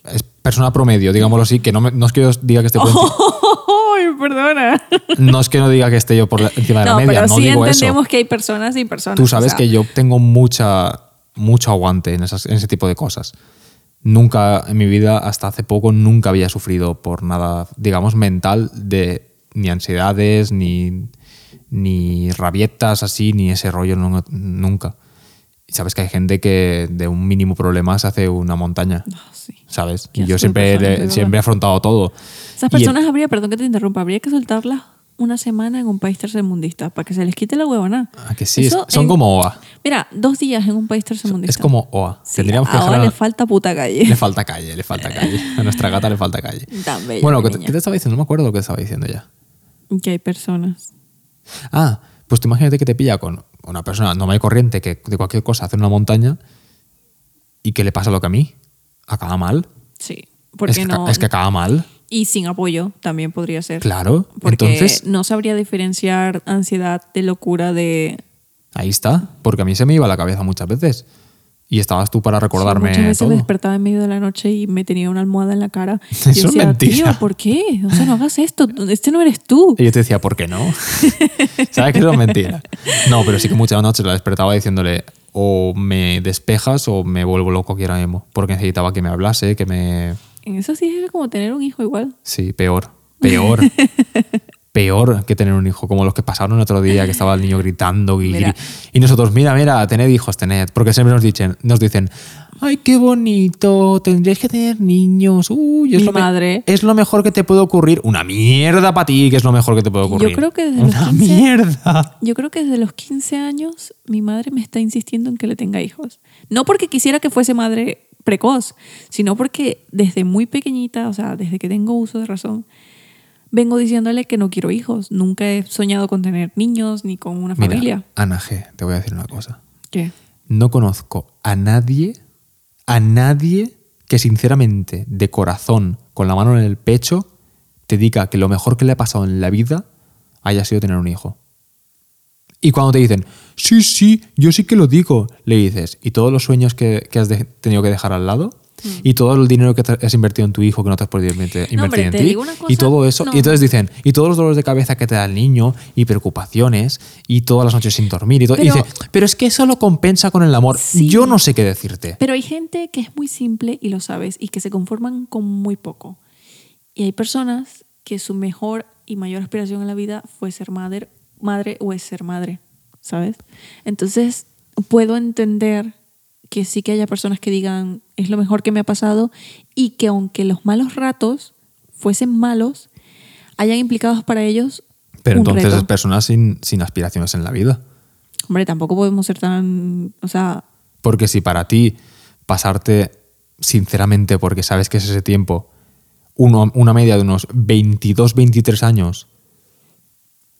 [SPEAKER 1] Es persona promedio, digámoslo así, que no, me- no es que yo diga que esté por
[SPEAKER 2] Oh.
[SPEAKER 1] enci-
[SPEAKER 2] ¡Ay, perdona!
[SPEAKER 1] no es que no diga que esté yo por la- encima de la
[SPEAKER 2] No,
[SPEAKER 1] media,
[SPEAKER 2] pero
[SPEAKER 1] no
[SPEAKER 2] sí
[SPEAKER 1] digo
[SPEAKER 2] entendemos
[SPEAKER 1] eso.
[SPEAKER 2] que hay personas y personas.
[SPEAKER 1] Tú
[SPEAKER 2] o
[SPEAKER 1] sabes
[SPEAKER 2] sea,
[SPEAKER 1] que yo tengo mucha mucho aguante en, esas- en ese tipo de cosas. Nunca en mi vida, hasta hace poco, nunca había sufrido por nada, digamos, mental de ni ansiedades, ni, ni rabietas así, ni ese rollo, nu- nunca. Y sabes que hay gente que de un mínimo problema se hace una montaña,
[SPEAKER 2] Ah, sí.
[SPEAKER 1] ¿sabes?
[SPEAKER 2] Qué
[SPEAKER 1] Y yo
[SPEAKER 2] asco de
[SPEAKER 1] siempre,
[SPEAKER 2] personas, de
[SPEAKER 1] le-
[SPEAKER 2] verdad.
[SPEAKER 1] siempre he afrontado todo.
[SPEAKER 2] Esas
[SPEAKER 1] Y el-
[SPEAKER 2] personas habría, perdón que te interrumpa, habría que soltarlas una semana en un país tercermundista para que se les quite la huevona.
[SPEAKER 1] Ah, que sí, es-
[SPEAKER 2] Eso
[SPEAKER 1] son
[SPEAKER 2] en-
[SPEAKER 1] como OA.
[SPEAKER 2] Mira, dos días en un país tercermundista.
[SPEAKER 1] Es como OA.
[SPEAKER 2] Sí,
[SPEAKER 1] Tendríamos que
[SPEAKER 2] ahora
[SPEAKER 1] dejar a-
[SPEAKER 2] le falta puta calle.
[SPEAKER 1] Le falta calle, le falta calle. A nuestra gata le falta calle.
[SPEAKER 2] Tan bella,
[SPEAKER 1] bueno,
[SPEAKER 2] mi
[SPEAKER 1] ¿qué te,
[SPEAKER 2] niña.
[SPEAKER 1] qué te estaba diciendo? No me acuerdo lo que te estaba diciendo ya.
[SPEAKER 2] Que hay personas.
[SPEAKER 1] Ah, pues tú imagínate que te pilla con una persona normal y corriente que de cualquier cosa hace una montaña y que le pasa lo que a mí. Acaba mal.
[SPEAKER 2] Sí. Porque
[SPEAKER 1] es, que,
[SPEAKER 2] no.
[SPEAKER 1] es que acaba mal.
[SPEAKER 2] Y sin apoyo también podría ser.
[SPEAKER 1] Claro.
[SPEAKER 2] Porque
[SPEAKER 1] Entonces,
[SPEAKER 2] no sabría diferenciar ansiedad de locura de.
[SPEAKER 1] ahí está. Porque a mí se me iba la cabeza muchas veces. Y estabas tú para recordarme
[SPEAKER 2] Muchas veces me
[SPEAKER 1] todo.
[SPEAKER 2] despertaba en medio de la noche y me tenía una almohada en la cara. Y
[SPEAKER 1] Eso es
[SPEAKER 2] decía,
[SPEAKER 1] mentira.
[SPEAKER 2] "Tío, ¿por qué? O sea, no hagas esto. Este no eres tú.
[SPEAKER 1] Y yo te decía, ¿por qué no? ¿Sabes que eso es mentira? No, pero sí que muchas noches la despertaba diciéndole, o me despejas o me vuelvo loco aquí ahora mismo. Porque necesitaba que me hablase, que me.
[SPEAKER 2] En eso sí es como tener un hijo igual.
[SPEAKER 1] Sí, peor. Peor. Peor que tener un hijo, como los que pasaron el otro día, que estaba el niño gritando. Y,
[SPEAKER 2] Mira.
[SPEAKER 1] y nosotros, mira, mira, tened hijos, tened. Porque siempre nos dicen, nos dicen ay, qué bonito, tendrías que tener niños. Uy, es
[SPEAKER 2] Mi
[SPEAKER 1] lo me-
[SPEAKER 2] madre.
[SPEAKER 1] es lo mejor que te puede ocurrir. Una mierda para ti, que es lo mejor que te puede ocurrir.
[SPEAKER 2] creo que desde los
[SPEAKER 1] Una
[SPEAKER 2] 15
[SPEAKER 1] mierda.
[SPEAKER 2] Yo creo que desde los 15 años mi madre me está insistiendo en que le tenga hijos. No porque quisiera que fuese madre precoz, sino porque desde muy pequeñita, o sea, desde que tengo uso de razón, vengo diciéndole que no quiero hijos. Nunca he soñado con tener niños ni con una
[SPEAKER 1] Mira,
[SPEAKER 2] familia.
[SPEAKER 1] Ana G, te voy a decir una cosa.
[SPEAKER 2] ¿Qué?
[SPEAKER 1] No conozco a nadie, a nadie que sinceramente, de corazón, con la mano en el pecho, te diga que lo mejor que le ha pasado en la vida haya sido tener un hijo. Y cuando te dicen, sí, sí, yo sí que lo digo, le dices, y todos los sueños que, que has de- tenido que dejar al lado, y todo el dinero que te has invertido en tu hijo que no te has podido invertir,
[SPEAKER 2] Mm. No, hombre,
[SPEAKER 1] invertir en
[SPEAKER 2] te
[SPEAKER 1] ti,
[SPEAKER 2] digo una
[SPEAKER 1] y
[SPEAKER 2] cosa,
[SPEAKER 1] todo eso.
[SPEAKER 2] no.
[SPEAKER 1] Y entonces dicen, y todos los dolores de cabeza que te da el niño, y preocupaciones, y todas las noches sin dormir, y todo. y
[SPEAKER 2] Pero-
[SPEAKER 1] dice, pero es que eso lo compensa con el amor.
[SPEAKER 2] Sí.
[SPEAKER 1] Yo no sé qué decirte.
[SPEAKER 2] Pero hay gente que es muy simple y lo sabes y que se conforman con muy poco. Y hay personas que su mejor y mayor aspiración en la vida fue ser madre, madre o es ser madre, ¿sabes? Entonces puedo entender que sí que haya personas que digan es lo mejor que me ha pasado y que aunque los malos ratos fuesen malos, hayan implicados para ellos
[SPEAKER 1] Pero
[SPEAKER 2] un
[SPEAKER 1] entonces
[SPEAKER 2] reto.
[SPEAKER 1] es personas sin, sin aspiraciones en la vida.
[SPEAKER 2] Hombre, tampoco podemos ser tan, o sea,
[SPEAKER 1] Porque si para ti pasarte sinceramente, porque sabes que es ese tiempo, uno- una media de unos 22, 23 años,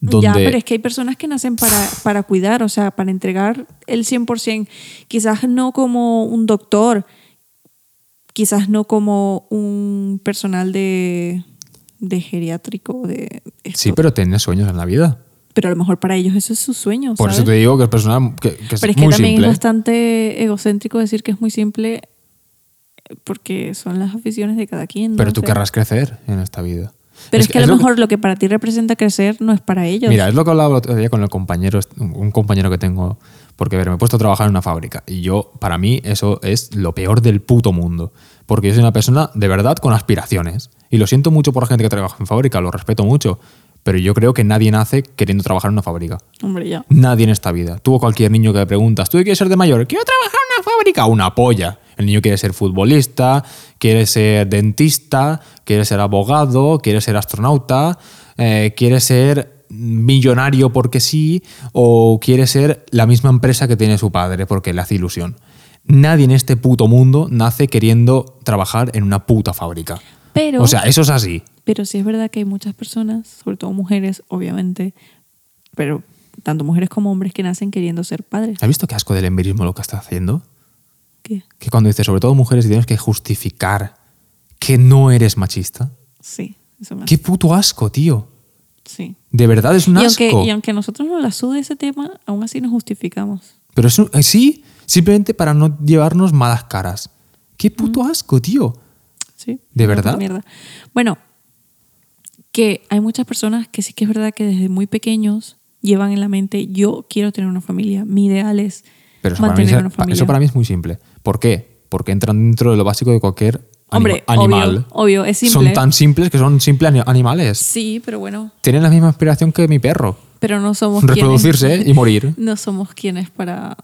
[SPEAKER 1] donde...
[SPEAKER 2] Ya, pero es que hay personas que nacen para, para cuidar, o sea, para entregar el 100%, quizás no como un doctor, quizás no como un personal de, de geriátrico, de esto.
[SPEAKER 1] Sí, pero tienes sueños en la vida.
[SPEAKER 2] Pero a lo mejor para ellos eso es su sueño,
[SPEAKER 1] Por eso
[SPEAKER 2] ¿sabes?
[SPEAKER 1] te digo que es personal que, que es
[SPEAKER 2] pero es que
[SPEAKER 1] muy
[SPEAKER 2] también
[SPEAKER 1] simple.
[SPEAKER 2] es bastante egocéntrico decir que es muy simple eh, porque son las aficiones de cada quien. ¿no?
[SPEAKER 1] pero
[SPEAKER 2] O
[SPEAKER 1] tú
[SPEAKER 2] sea,
[SPEAKER 1] querrás crecer en esta vida.
[SPEAKER 2] Pero es, que a
[SPEAKER 1] es
[SPEAKER 2] lo
[SPEAKER 1] lo
[SPEAKER 2] mejor lo que para ti representa crecer no es para ellos.
[SPEAKER 1] Mira, es lo que hablaba el otro día con el compañero, un compañero que tengo, porque a ver, me he puesto a trabajar en una fábrica y yo, para mí, eso es lo peor del puto mundo, porque yo soy una persona de verdad con aspiraciones y lo siento mucho por la gente que trabaja en fábrica, lo respeto mucho, pero yo creo que nadie nace queriendo trabajar en una fábrica.
[SPEAKER 2] Hombre, ya.
[SPEAKER 1] Nadie en esta vida. Tú o cualquier niño que le preguntas, ¿tú qué quieres ser de mayor? Quiero trabajar en una fábrica. Una polla. El niño quiere ser futbolista, quiere ser dentista, quiere ser abogado, quiere ser astronauta, eh, quiere ser millonario porque sí, o quiere ser la misma empresa que tiene su padre porque le hace ilusión. Nadie en este puto mundo nace queriendo trabajar en una puta fábrica.
[SPEAKER 2] Pero-
[SPEAKER 1] o sea, eso es así.
[SPEAKER 2] Pero sí es verdad que hay muchas personas, sobre todo mujeres, obviamente, pero tanto mujeres como hombres que nacen queriendo ser padres.
[SPEAKER 1] ¿Has visto qué asco del emberismo lo que estás haciendo?
[SPEAKER 2] ¿Qué?
[SPEAKER 1] Que cuando dices, sobre todo mujeres, y tienes que justificar que no eres machista.
[SPEAKER 2] Sí, eso me
[SPEAKER 1] Qué puto asco, tío.
[SPEAKER 2] Sí.
[SPEAKER 1] De verdad es un
[SPEAKER 2] Y
[SPEAKER 1] asco.
[SPEAKER 2] aunque, y aunque nosotros nos la sude ese tema, aún así nos justificamos.
[SPEAKER 1] Pero es un- eh, sí, simplemente para no llevarnos malas caras. Qué puto
[SPEAKER 2] Mm.
[SPEAKER 1] asco, tío.
[SPEAKER 2] Sí.
[SPEAKER 1] ¿De
[SPEAKER 2] Una
[SPEAKER 1] verdad?
[SPEAKER 2] mierda. Bueno, que hay muchas personas que sí que es verdad que desde muy pequeños llevan en la mente yo quiero tener una familia, mi ideal es
[SPEAKER 1] Pero eso, para mí,
[SPEAKER 2] mantener
[SPEAKER 1] es-
[SPEAKER 2] una
[SPEAKER 1] pa-
[SPEAKER 2] familia.
[SPEAKER 1] eso para mí es muy simple. ¿Por qué? Porque entran dentro de lo básico de cualquier
[SPEAKER 2] Hombre,
[SPEAKER 1] anima- animal.
[SPEAKER 2] obvio, obvio, es simple.
[SPEAKER 1] Son tan simples que son simples ani- animales.
[SPEAKER 2] Sí, pero bueno,
[SPEAKER 1] Tienen la misma aspiración que mi perro.
[SPEAKER 2] pero no somos
[SPEAKER 1] Reproducirse
[SPEAKER 2] quienes-
[SPEAKER 1] y morir.
[SPEAKER 2] No somos quienes para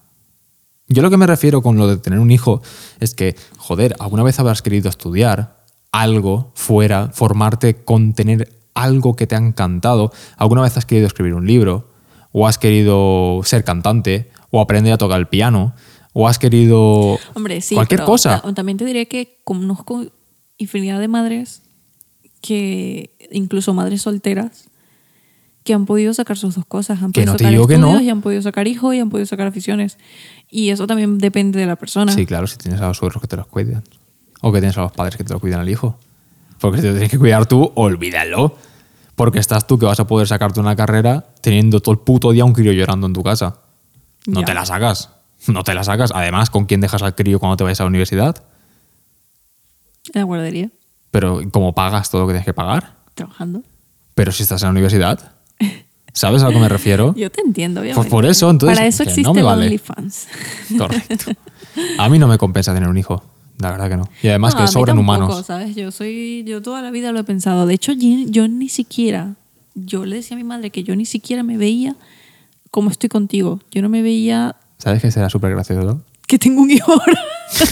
[SPEAKER 1] Yo lo que me refiero con lo de tener un hijo es que, joder, alguna vez habrás querido estudiar algo fuera, formarte con tener algo que te ha encantado. Alguna vez has querido escribir un libro, o has querido ser cantante, o aprender a tocar el piano, o has querido
[SPEAKER 2] Hombre, sí.
[SPEAKER 1] cualquier
[SPEAKER 2] pero
[SPEAKER 1] cosa.
[SPEAKER 2] ta- también te diré que conozco infinidad de madres que, incluso madres solteras, que han podido sacar sus dos cosas. Han
[SPEAKER 1] Que
[SPEAKER 2] podido
[SPEAKER 1] no te
[SPEAKER 2] sacar
[SPEAKER 1] digo que no.
[SPEAKER 2] estudios y han podido sacar hijos y han podido sacar aficiones. Y eso también depende de la persona.
[SPEAKER 1] Sí, claro, si tienes a los suegros que te los cuidan. O que tienes a los padres que te lo cuidan al hijo. Porque si te lo tienes que cuidar tú, olvídalo. Porque estás tú que vas a poder sacarte una carrera teniendo todo el puto día un crío llorando en tu casa. No
[SPEAKER 2] Ya.
[SPEAKER 1] te la sacas. No te la sacas. Además, ¿con quién dejas al crío cuando te vayas a la universidad?
[SPEAKER 2] En la guardería,
[SPEAKER 1] Pero ¿cómo pagas todo lo que tienes que pagar?
[SPEAKER 2] trabajando.
[SPEAKER 1] Pero si estás en la universidad, ¿sabes a lo que me refiero?
[SPEAKER 2] Yo te entiendo, obviamente.
[SPEAKER 1] por eso, entonces,
[SPEAKER 2] Para eso
[SPEAKER 1] que no
[SPEAKER 2] existe
[SPEAKER 1] me
[SPEAKER 2] el
[SPEAKER 1] vale.
[SPEAKER 2] OnlyFans.
[SPEAKER 1] Correcto. A mí no me compensa tener un hijo. La verdad que no. Y además
[SPEAKER 2] No, a
[SPEAKER 1] que
[SPEAKER 2] mí
[SPEAKER 1] sobran
[SPEAKER 2] tampoco,
[SPEAKER 1] humanos.
[SPEAKER 2] ¿sabes? Yo soy, yo toda la vida lo he pensado. De hecho, ye- yo ni siquiera, yo le decía a mi madre que yo ni siquiera me veía como estoy contigo. Yo no me veía
[SPEAKER 1] ¿Sabes que será súper gracioso?
[SPEAKER 2] que tengo un hijo ahora.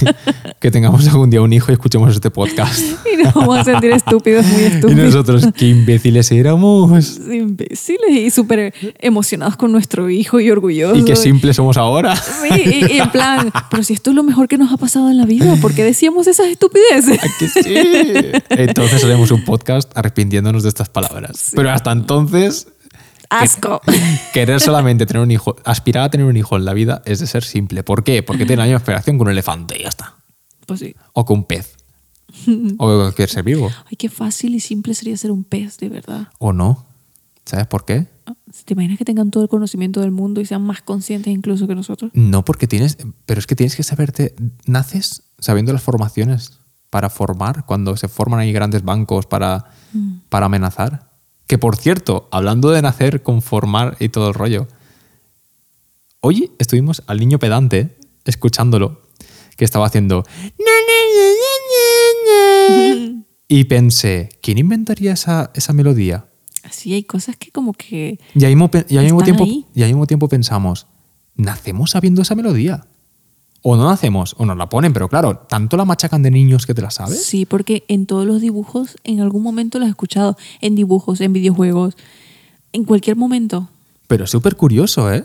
[SPEAKER 1] que tengamos algún día un hijo y escuchemos este podcast.
[SPEAKER 2] y nos vamos a sentir estúpidos, muy
[SPEAKER 1] y
[SPEAKER 2] estúpidos.
[SPEAKER 1] nosotros, qué imbéciles éramos.
[SPEAKER 2] Imbéciles y súper emocionados con nuestro hijo y orgullosos.
[SPEAKER 1] Y qué simples somos ahora.
[SPEAKER 2] Sí, y, y en plan, pero si esto es lo mejor que nos ha pasado en la vida, ¿por qué decíamos esas estupideces?
[SPEAKER 1] Que sí. Entonces haremos un podcast arrepintiéndonos de estas palabras. Pero hasta entonces,
[SPEAKER 2] Asco.
[SPEAKER 1] querer solamente tener un hijo, aspirar a tener un hijo en la vida es de ser simple. ¿Por qué? Porque tiene la misma aspiración que un elefante y ya está.
[SPEAKER 2] Pues sí.
[SPEAKER 1] O que un pez. O que cualquier ser vivo.
[SPEAKER 2] Ay, qué fácil y simple sería ser un pez, de verdad.
[SPEAKER 1] O no. ¿Sabes por qué?
[SPEAKER 2] Ah, ¿Te imaginas que tengan todo el conocimiento del mundo y sean más conscientes incluso que nosotros?
[SPEAKER 1] No, porque tienes. Pero es que tienes que saberte. Naces sabiendo las formaciones para formar, cuando se forman ahí grandes bancos para, para amenazar. Que por cierto, hablando de nacer con formar y todo el rollo. Hoy estuvimos al niño pedante, escuchándolo, que estaba haciendo. Y pensé, ¿quién inventaría esa, esa melodía?
[SPEAKER 2] Así hay cosas que como que...
[SPEAKER 1] Y al mismo, pe- y al mismo
[SPEAKER 2] Están
[SPEAKER 1] tiempo,
[SPEAKER 2] ahí.
[SPEAKER 1] y al mismo tiempo pensamos, ¿nacemos sabiendo esa melodía? O no nacemos, o nos la ponen, pero claro, tanto la machacan de niños que te la sabes.
[SPEAKER 2] Sí, porque en todos los dibujos, en algún momento las he escuchado. En dibujos, en videojuegos, en cualquier momento.
[SPEAKER 1] Pero es súper curioso, ¿eh?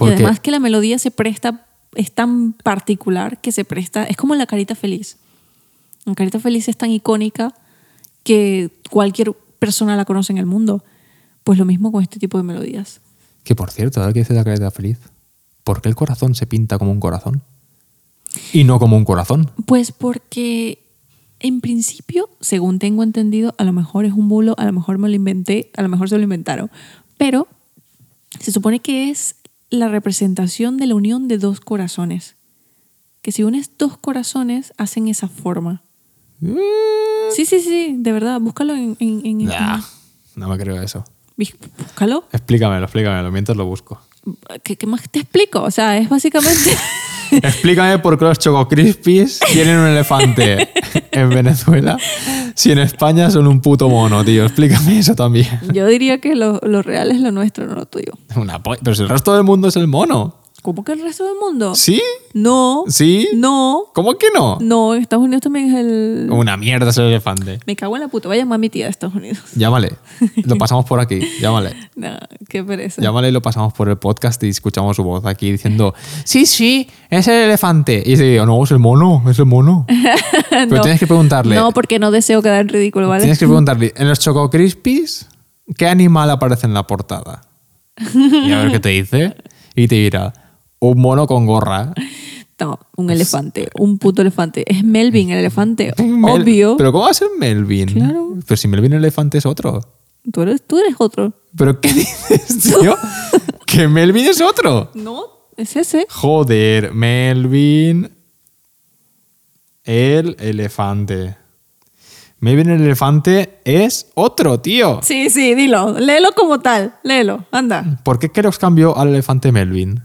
[SPEAKER 2] y además que la melodía se presta, es tan particular que se presta... Es como la carita feliz. La carita feliz es tan icónica que cualquier persona la conoce en el mundo. Pues lo mismo con este tipo de melodías.
[SPEAKER 1] que por cierto, ahora que dices la careta feliz, ¿por qué el corazón se pinta como un corazón? Y no como un corazón.
[SPEAKER 2] Pues porque en principio, según tengo entendido, a lo mejor es un bulo, a lo mejor me lo inventé, a lo mejor se lo inventaron, pero se supone que es la representación de la unión de dos corazones. Que si unes dos corazones, hacen esa forma. Sí, sí, sí, de verdad, búscalo en... en, en- en-
[SPEAKER 1] Nah, no me creo eso.
[SPEAKER 2] Bus- Búscalo.
[SPEAKER 1] Explícamelo, explícamelo, mientras lo busco.
[SPEAKER 2] ¿Qué, qué más te explico? O sea, es básicamente...
[SPEAKER 1] Explícame por qué los Choco Crispies tienen un elefante en Venezuela si en España son un puto mono, tío. Explícame eso también.
[SPEAKER 2] Yo diría que lo, lo real es lo nuestro, no lo tuyo.
[SPEAKER 1] Una po- Pero si el resto del mundo es el mono.
[SPEAKER 2] ¿Cómo que el resto del mundo?
[SPEAKER 1] ¿Sí?
[SPEAKER 2] No.
[SPEAKER 1] ¿Sí?
[SPEAKER 2] No.
[SPEAKER 1] ¿Cómo que no?
[SPEAKER 2] No, en Estados Unidos también es el...
[SPEAKER 1] Una mierda es el elefante.
[SPEAKER 2] Me cago en la puta. Voy a llamar a mi tía de Estados Unidos.
[SPEAKER 1] Llámale. Lo pasamos por aquí. Llámale.
[SPEAKER 2] No, qué pereza.
[SPEAKER 1] Llámale y lo pasamos por el podcast y escuchamos su voz aquí diciendo, sí, sí, es el elefante. Y se dice, no, es el mono, es el mono. Pero
[SPEAKER 2] No.
[SPEAKER 1] tienes que preguntarle,
[SPEAKER 2] No, porque no deseo quedar en ridículo, ¿vale?
[SPEAKER 1] tienes que preguntarle, en los Choco Crispies, ¿qué animal aparece en la portada? Y a ver qué te dice. Y te dirá, un mono con gorra.
[SPEAKER 2] No, un
[SPEAKER 1] Pues
[SPEAKER 2] elefante. Un puto elefante. Es Melvin el elefante.
[SPEAKER 1] Mel-
[SPEAKER 2] Obvio.
[SPEAKER 1] Pero ¿cómo va a ser Melvin?
[SPEAKER 2] Claro.
[SPEAKER 1] Pero si Melvin el elefante es otro.
[SPEAKER 2] Tú, eres, tú eres otro.
[SPEAKER 1] ¿Pero qué dices, tío? que Melvin es otro.
[SPEAKER 2] No, es ese.
[SPEAKER 1] Joder, Melvin. El elefante. Melvin el elefante es otro, tío.
[SPEAKER 2] Sí, sí, dilo. Léelo como tal. Léelo. Anda.
[SPEAKER 1] ¿Por qué Kerox cambió al elefante Melvin?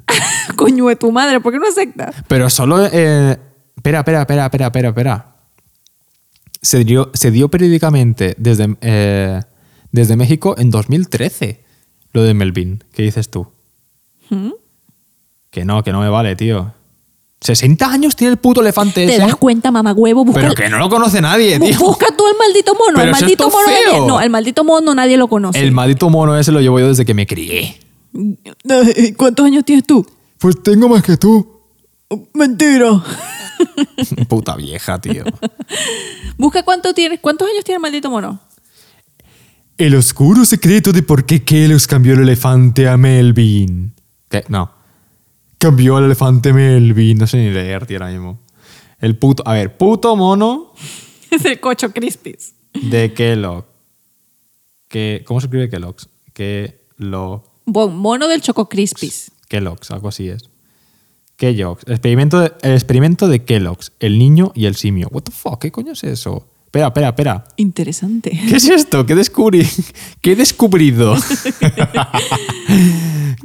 [SPEAKER 2] Coño de tu madre, ¿por qué no aceptas?
[SPEAKER 1] Pero solo. eh, Espera, espera, espera, espera, espera, espera. Se dio, se dio periódicamente desde, eh, desde México en 2013 lo de Melvin. ¿Qué dices tú?
[SPEAKER 2] ¿Mm?
[SPEAKER 1] Que no, que no me vale, tío. 60 años tiene el puto elefante
[SPEAKER 2] ¿Te
[SPEAKER 1] ese.
[SPEAKER 2] das cuenta, mamá huevo? Busca,
[SPEAKER 1] Pero que no lo conoce nadie, tío.
[SPEAKER 2] busca tú el maldito mono.
[SPEAKER 1] Pero
[SPEAKER 2] el
[SPEAKER 1] eso es
[SPEAKER 2] maldito
[SPEAKER 1] todo
[SPEAKER 2] mono. nadie-
[SPEAKER 1] feo.
[SPEAKER 2] no, el maldito mono nadie lo conoce.
[SPEAKER 1] El maldito mono ese lo llevo yo desde que me crié.
[SPEAKER 2] ¿Cuántos años tienes tú?
[SPEAKER 1] Pues tengo más que tú.
[SPEAKER 2] Mentira.
[SPEAKER 1] Puta vieja, tío.
[SPEAKER 2] Busca cuánto tienes. ¿Cuántos años tiene el maldito mono?
[SPEAKER 1] El oscuro secreto de por qué Kelos cambió el elefante a Melvin. ¿Qué? No. Cambió al elefante Melvin. No sé ni leer, tío, ahora mismo. El puto... A ver, puto mono
[SPEAKER 2] Es el cocho crispis.
[SPEAKER 1] de Kellogg. Que, ¿Cómo se escribe Kellogg? Kellogg.
[SPEAKER 2] Bon, mono del choco crispis.
[SPEAKER 1] Kellogg's, algo así es. Kellogg's. Experimento de- el experimento de Kellogg's, el niño y el simio. What the fuck, ¿qué coño es eso? Espera, espera, espera.
[SPEAKER 2] Interesante.
[SPEAKER 1] ¿Qué es esto? ¿Qué descubrí? ¿Qué he descubrido?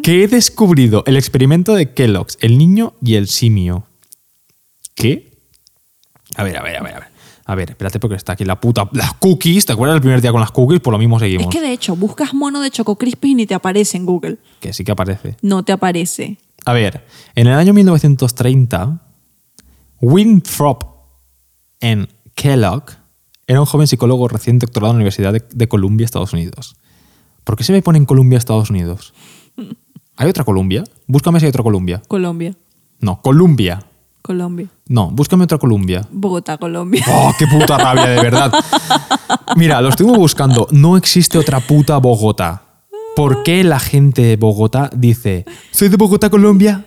[SPEAKER 1] ¿Qué he descubrido? El experimento de Kellogg's, el niño y el simio. ¿Qué? A ver, a ver, a ver, a ver. A ver, espérate porque está aquí la puta... Las cookies, ¿te acuerdas del primer día con las cookies? Por lo mismo
[SPEAKER 2] Es
[SPEAKER 1] seguimos.
[SPEAKER 2] que de hecho, buscas mono de choco crispis y ni te aparece en Google.
[SPEAKER 1] que sí que aparece.
[SPEAKER 2] No te aparece.
[SPEAKER 1] A ver, en el año 1930, Winthrop N. Kellogg era un joven psicólogo recién doctorado en la Universidad de, de Columbia, Estados Unidos. ¿Por qué se me pone en Columbia, Estados Unidos? ¿Hay otra Columbia? Búscame si hay otra Columbia.
[SPEAKER 2] Colombia.
[SPEAKER 1] No, Columbia.
[SPEAKER 2] Colombia.
[SPEAKER 1] No, búscame otra Columbia.
[SPEAKER 2] Bogotá, Colombia.
[SPEAKER 1] ¡Oh, qué puta rabia, de verdad! Mira, lo estuve buscando. No existe otra puta Bogotá. ¿Por qué la gente de Bogotá dice, soy de Bogotá, Colombia?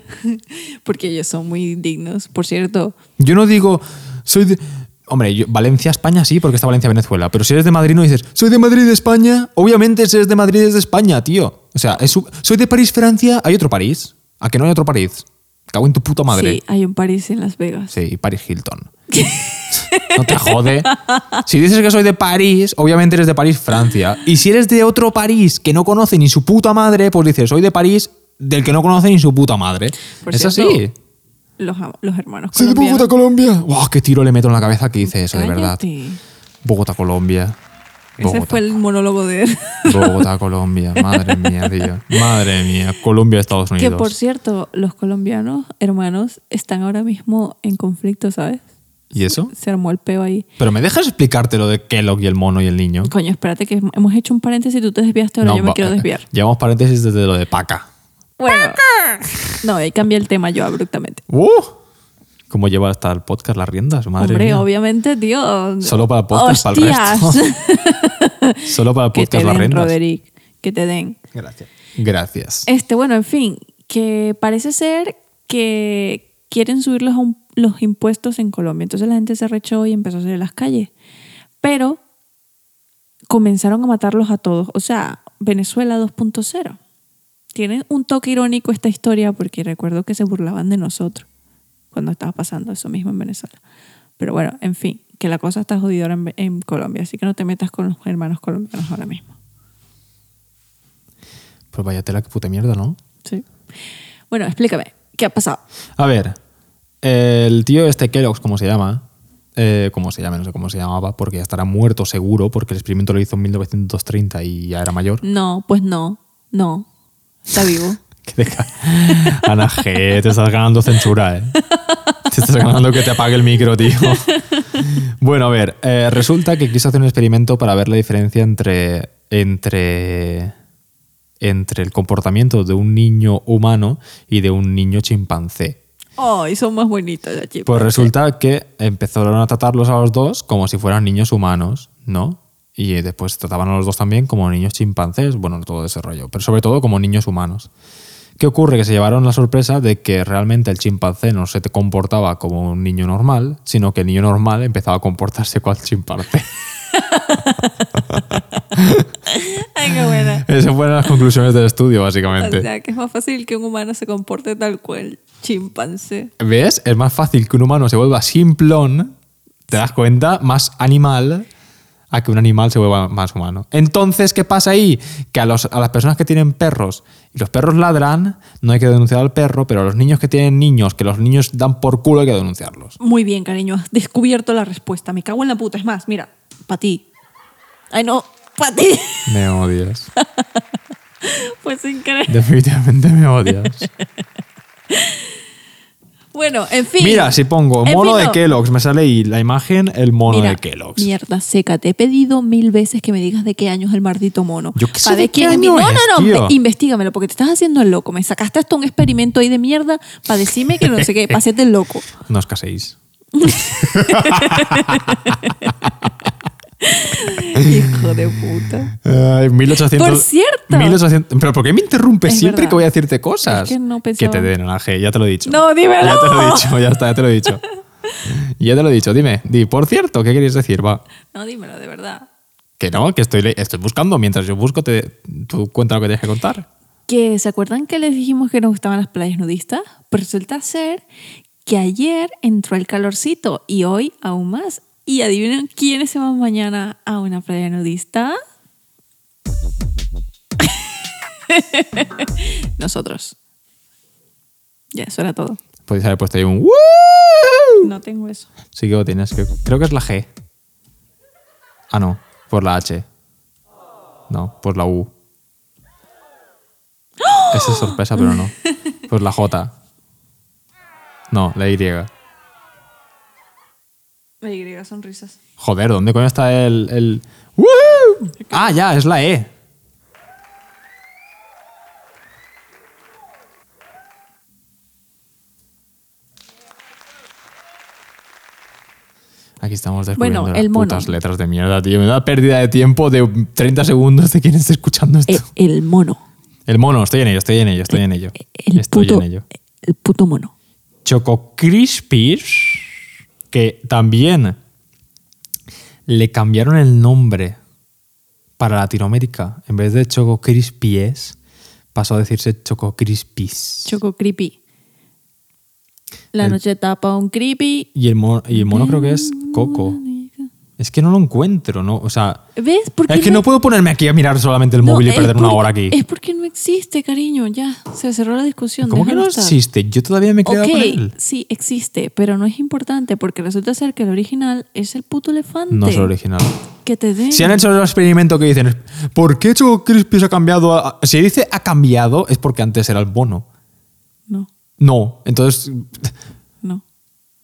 [SPEAKER 2] Porque ellos son muy dignos. Por cierto,
[SPEAKER 1] Yo no digo, soy de. Hombre, yo- Valencia, España sí, porque está Valencia, Venezuela. Pero si eres de Madrid, no dices, soy de Madrid, España. Obviamente, si eres de Madrid, es de España, tío. O sea, es su- soy de París, Francia. Hay otro París. ¿A que no hay otro París? Cago en tu puta madre.
[SPEAKER 2] sí, hay un París en Las Vegas.
[SPEAKER 1] Sí, y Paris Hilton. No te jode. Si dices que soy de París, obviamente eres de París, Francia. Y si eres de otro París que no conoce ni su puta madre, pues dices, soy de París del que no conoce ni su puta madre.
[SPEAKER 2] Por
[SPEAKER 1] es
[SPEAKER 2] cierto,
[SPEAKER 1] así.
[SPEAKER 2] Los, am- los hermanos
[SPEAKER 1] Soy de
[SPEAKER 2] colombianos.
[SPEAKER 1] Bogotá, Colombia. Guau, qué tiro le meto en la cabeza que dice eso, de verdad.
[SPEAKER 2] Cállate.
[SPEAKER 1] Bogotá, Colombia.
[SPEAKER 2] Ese
[SPEAKER 1] Bogotá,
[SPEAKER 2] fue el monólogo de él.
[SPEAKER 1] Bogotá, Colombia. Madre mía, tío. Madre mía. Colombia, Estados
[SPEAKER 2] que
[SPEAKER 1] Unidos.
[SPEAKER 2] por cierto, los colombianos hermanos están ahora mismo en conflicto, ¿sabes?
[SPEAKER 1] ¿Y eso?
[SPEAKER 2] Se armó el peo ahí.
[SPEAKER 1] Pero me dejas explicarte lo de Kellogg y el mono y el niño.
[SPEAKER 2] Coño, espérate que hemos hecho un paréntesis y tú te desviaste, ahora yo me
[SPEAKER 1] va- eh,
[SPEAKER 2] quiero desviar.
[SPEAKER 1] Llevamos paréntesis desde lo de Paca.
[SPEAKER 2] Bueno. No, ahí cambié el tema yo abruptamente.
[SPEAKER 1] ¡Uh! ¿Cómo lleva hasta el podcast las riendas? Madre
[SPEAKER 2] Hombre,
[SPEAKER 1] mía.
[SPEAKER 2] obviamente, tío.
[SPEAKER 1] Solo para el podcast, para el
[SPEAKER 2] ¡Hostias!
[SPEAKER 1] Solo para el
[SPEAKER 2] que te
[SPEAKER 1] podcast las
[SPEAKER 2] den,
[SPEAKER 1] riendas.
[SPEAKER 2] Roderick. Que te den.
[SPEAKER 1] Gracias. Gracias.
[SPEAKER 2] Este, bueno, en fin, que parece ser que quieren subir los, um- los impuestos en Colombia. Entonces la gente se rechó y empezó a salir a las calles. Pero comenzaron a matarlos a todos. O sea, Venezuela 2.0. Tiene un toque irónico esta historia porque recuerdo que se burlaban de nosotros cuando estaba pasando eso mismo en Venezuela. Pero bueno, en fin, que la cosa está jodidora en, en Colombia, así que no te metas con los hermanos colombianos ahora mismo.
[SPEAKER 1] Pues vaya tela, qué puta mierda, ¿no?
[SPEAKER 2] Sí. Bueno, explícame, ¿qué ha pasado?
[SPEAKER 1] A ver, el tío este Kellogg's, como se llama, eh, como se llama, no sé cómo se llamaba, porque ya estará muerto seguro, porque el experimento lo hizo en 1930 y ya era mayor.
[SPEAKER 2] No, pues no, no. Está vivo.
[SPEAKER 1] Que te ca- Ana G, te estás ganando censura, ¿eh? Te estás ganando que te apague el micro, tío. Bueno, a ver, eh, resulta que quiso hacer un experimento para ver la diferencia entre, entre, entre el comportamiento de un niño humano y de un niño chimpancé.
[SPEAKER 2] Oh, y son más bonitas las
[SPEAKER 1] Pues
[SPEAKER 2] chimpancés.
[SPEAKER 1] resulta que empezaron a tratarlos a los dos como si fueran niños humanos, ¿no? Y eh, después trataban a los dos también como niños chimpancés, bueno, todo ese rollo, pero sobre todo como niños humanos. ¿Qué ocurre? Que se llevaron la sorpresa de que realmente el chimpancé no se te comportaba como un niño normal, sino que el niño normal empezaba a comportarse cual chimpancé.
[SPEAKER 2] Ay, qué buena.
[SPEAKER 1] Esas fueron las conclusiones del estudio,
[SPEAKER 2] O
[SPEAKER 1] básicamente.
[SPEAKER 2] sea, que es más fácil que un humano se comporte tal cual chimpancé.
[SPEAKER 1] ¿Ves? Es más fácil que un humano se vuelva simplón, te das cuenta, más animal, a que un animal se vuelva más humano. Entonces, ¿qué pasa ahí? Que a, los- a las personas que tienen perros y los perros ladran, no hay que denunciar al perro, pero a los niños que tienen niños, que los niños dan por culo, hay que denunciarlos.
[SPEAKER 2] Muy bien, cariño, has descubierto la respuesta. Me cago en la puta. Es más, mira, para ti. Ay, no, para ti.
[SPEAKER 1] Me odias.
[SPEAKER 2] Pues sin querer.
[SPEAKER 1] Definitivamente me odias.
[SPEAKER 2] Bueno, en fin.
[SPEAKER 1] Mira, si pongo
[SPEAKER 2] En
[SPEAKER 1] mono
[SPEAKER 2] fin,
[SPEAKER 1] de
[SPEAKER 2] no.
[SPEAKER 1] Kellogg's, me sale ahí la imagen, el mono
[SPEAKER 2] Mira,
[SPEAKER 1] de Kellogg's.
[SPEAKER 2] Mierda seca, te he pedido mil veces que me digas de qué año es el maldito mono.
[SPEAKER 1] Yo qué sé
[SPEAKER 2] Pa'
[SPEAKER 1] de
[SPEAKER 2] ver
[SPEAKER 1] qué
[SPEAKER 2] quién es mi-
[SPEAKER 1] año
[SPEAKER 2] No,
[SPEAKER 1] es,
[SPEAKER 2] no, no,
[SPEAKER 1] tío.
[SPEAKER 2] me- investigamelo, porque te estás haciendo el loco. Me sacaste hasta un experimento ahí de mierda para decirme que no sé qué, pasete el loco.
[SPEAKER 1] No os caséis.
[SPEAKER 2] Hijo de puta.
[SPEAKER 1] Ay, 1800.
[SPEAKER 2] Por cierto.
[SPEAKER 1] 1800. Pero ¿por qué me interrumpes
[SPEAKER 2] Es
[SPEAKER 1] siempre
[SPEAKER 2] verdad.
[SPEAKER 1] que voy a decirte cosas?
[SPEAKER 2] Es que no
[SPEAKER 1] Que
[SPEAKER 2] pensaba.
[SPEAKER 1] te den, Ana G, ya te lo he dicho.
[SPEAKER 2] No, dímelo.
[SPEAKER 1] Ya te lo he dicho, ya está, ya te lo he dicho. ya te lo he dicho, dime. Di, por cierto, ¿qué querías decir? Va.
[SPEAKER 2] No, dímelo, de verdad.
[SPEAKER 1] Que no, que estoy, le- estoy buscando. Mientras yo busco, te, tú cuenta lo que tienes que contar.
[SPEAKER 2] Que se acuerdan que les dijimos que nos gustaban las playas nudistas, pues resulta ser que ayer entró el calorcito y hoy aún más. Y adivinen quiénes se van mañana a una playa nudista. Nosotros. Ya, eso era todo.
[SPEAKER 1] Podéis haber puesto ahí un. "Woo".
[SPEAKER 2] No tengo eso.
[SPEAKER 1] Sí que lo tienes. que- creo que es la G. Ah, no, por la H. No, por la U. Esa es sorpresa, pero no. Por la J. No, la Y.
[SPEAKER 2] La Y sonrisas.
[SPEAKER 1] Joder, ¿dónde coño está el. el... ¡Woo! Ah, ya, es la E. Aquí estamos descubriendo
[SPEAKER 2] Bueno,
[SPEAKER 1] las
[SPEAKER 2] el mono.
[SPEAKER 1] putas letras de mierda, tío. Me da pérdida de tiempo de 30 segundos de quien esté escuchando esto.
[SPEAKER 2] Eh, el mono.
[SPEAKER 1] El mono, estoy en ello, estoy en ello, estoy en ello.
[SPEAKER 2] El
[SPEAKER 1] estoy
[SPEAKER 2] puto,
[SPEAKER 1] en ello.
[SPEAKER 2] El puto mono.
[SPEAKER 1] Choco Crispies, que también le cambiaron el nombre para Latinoamérica. En vez de Choco Crispies, pasó a decirse Choco Crispies.
[SPEAKER 2] Choco creepy. La noche tapa un creepy.
[SPEAKER 1] y, el mono, y el mono creo que es Coco. Es que no lo encuentro, ¿no? O sea,
[SPEAKER 2] ¿Ves? ¿Por qué
[SPEAKER 1] es que no puedo ponerme aquí a mirar solamente el móvil y
[SPEAKER 2] es
[SPEAKER 1] perder una
[SPEAKER 2] por-
[SPEAKER 1] hora aquí.
[SPEAKER 2] Es porque no existe, cariño, ya. Se cerró la discusión.
[SPEAKER 1] ¿Cómo que
[SPEAKER 2] déjalo
[SPEAKER 1] no
[SPEAKER 2] estar.
[SPEAKER 1] existe? Yo todavía me he quedado con él.
[SPEAKER 2] Ok, sí, existe, pero no es importante porque resulta ser que el original es el puto elefante.
[SPEAKER 1] No es el original.
[SPEAKER 2] Que te den.
[SPEAKER 1] Si han hecho el experimento que dicen, ¿por qué Choco Crispies ha cambiado? a- a-?" Si dice ha cambiado, es porque antes era el bono.
[SPEAKER 2] No,
[SPEAKER 1] No, entonces.
[SPEAKER 2] no.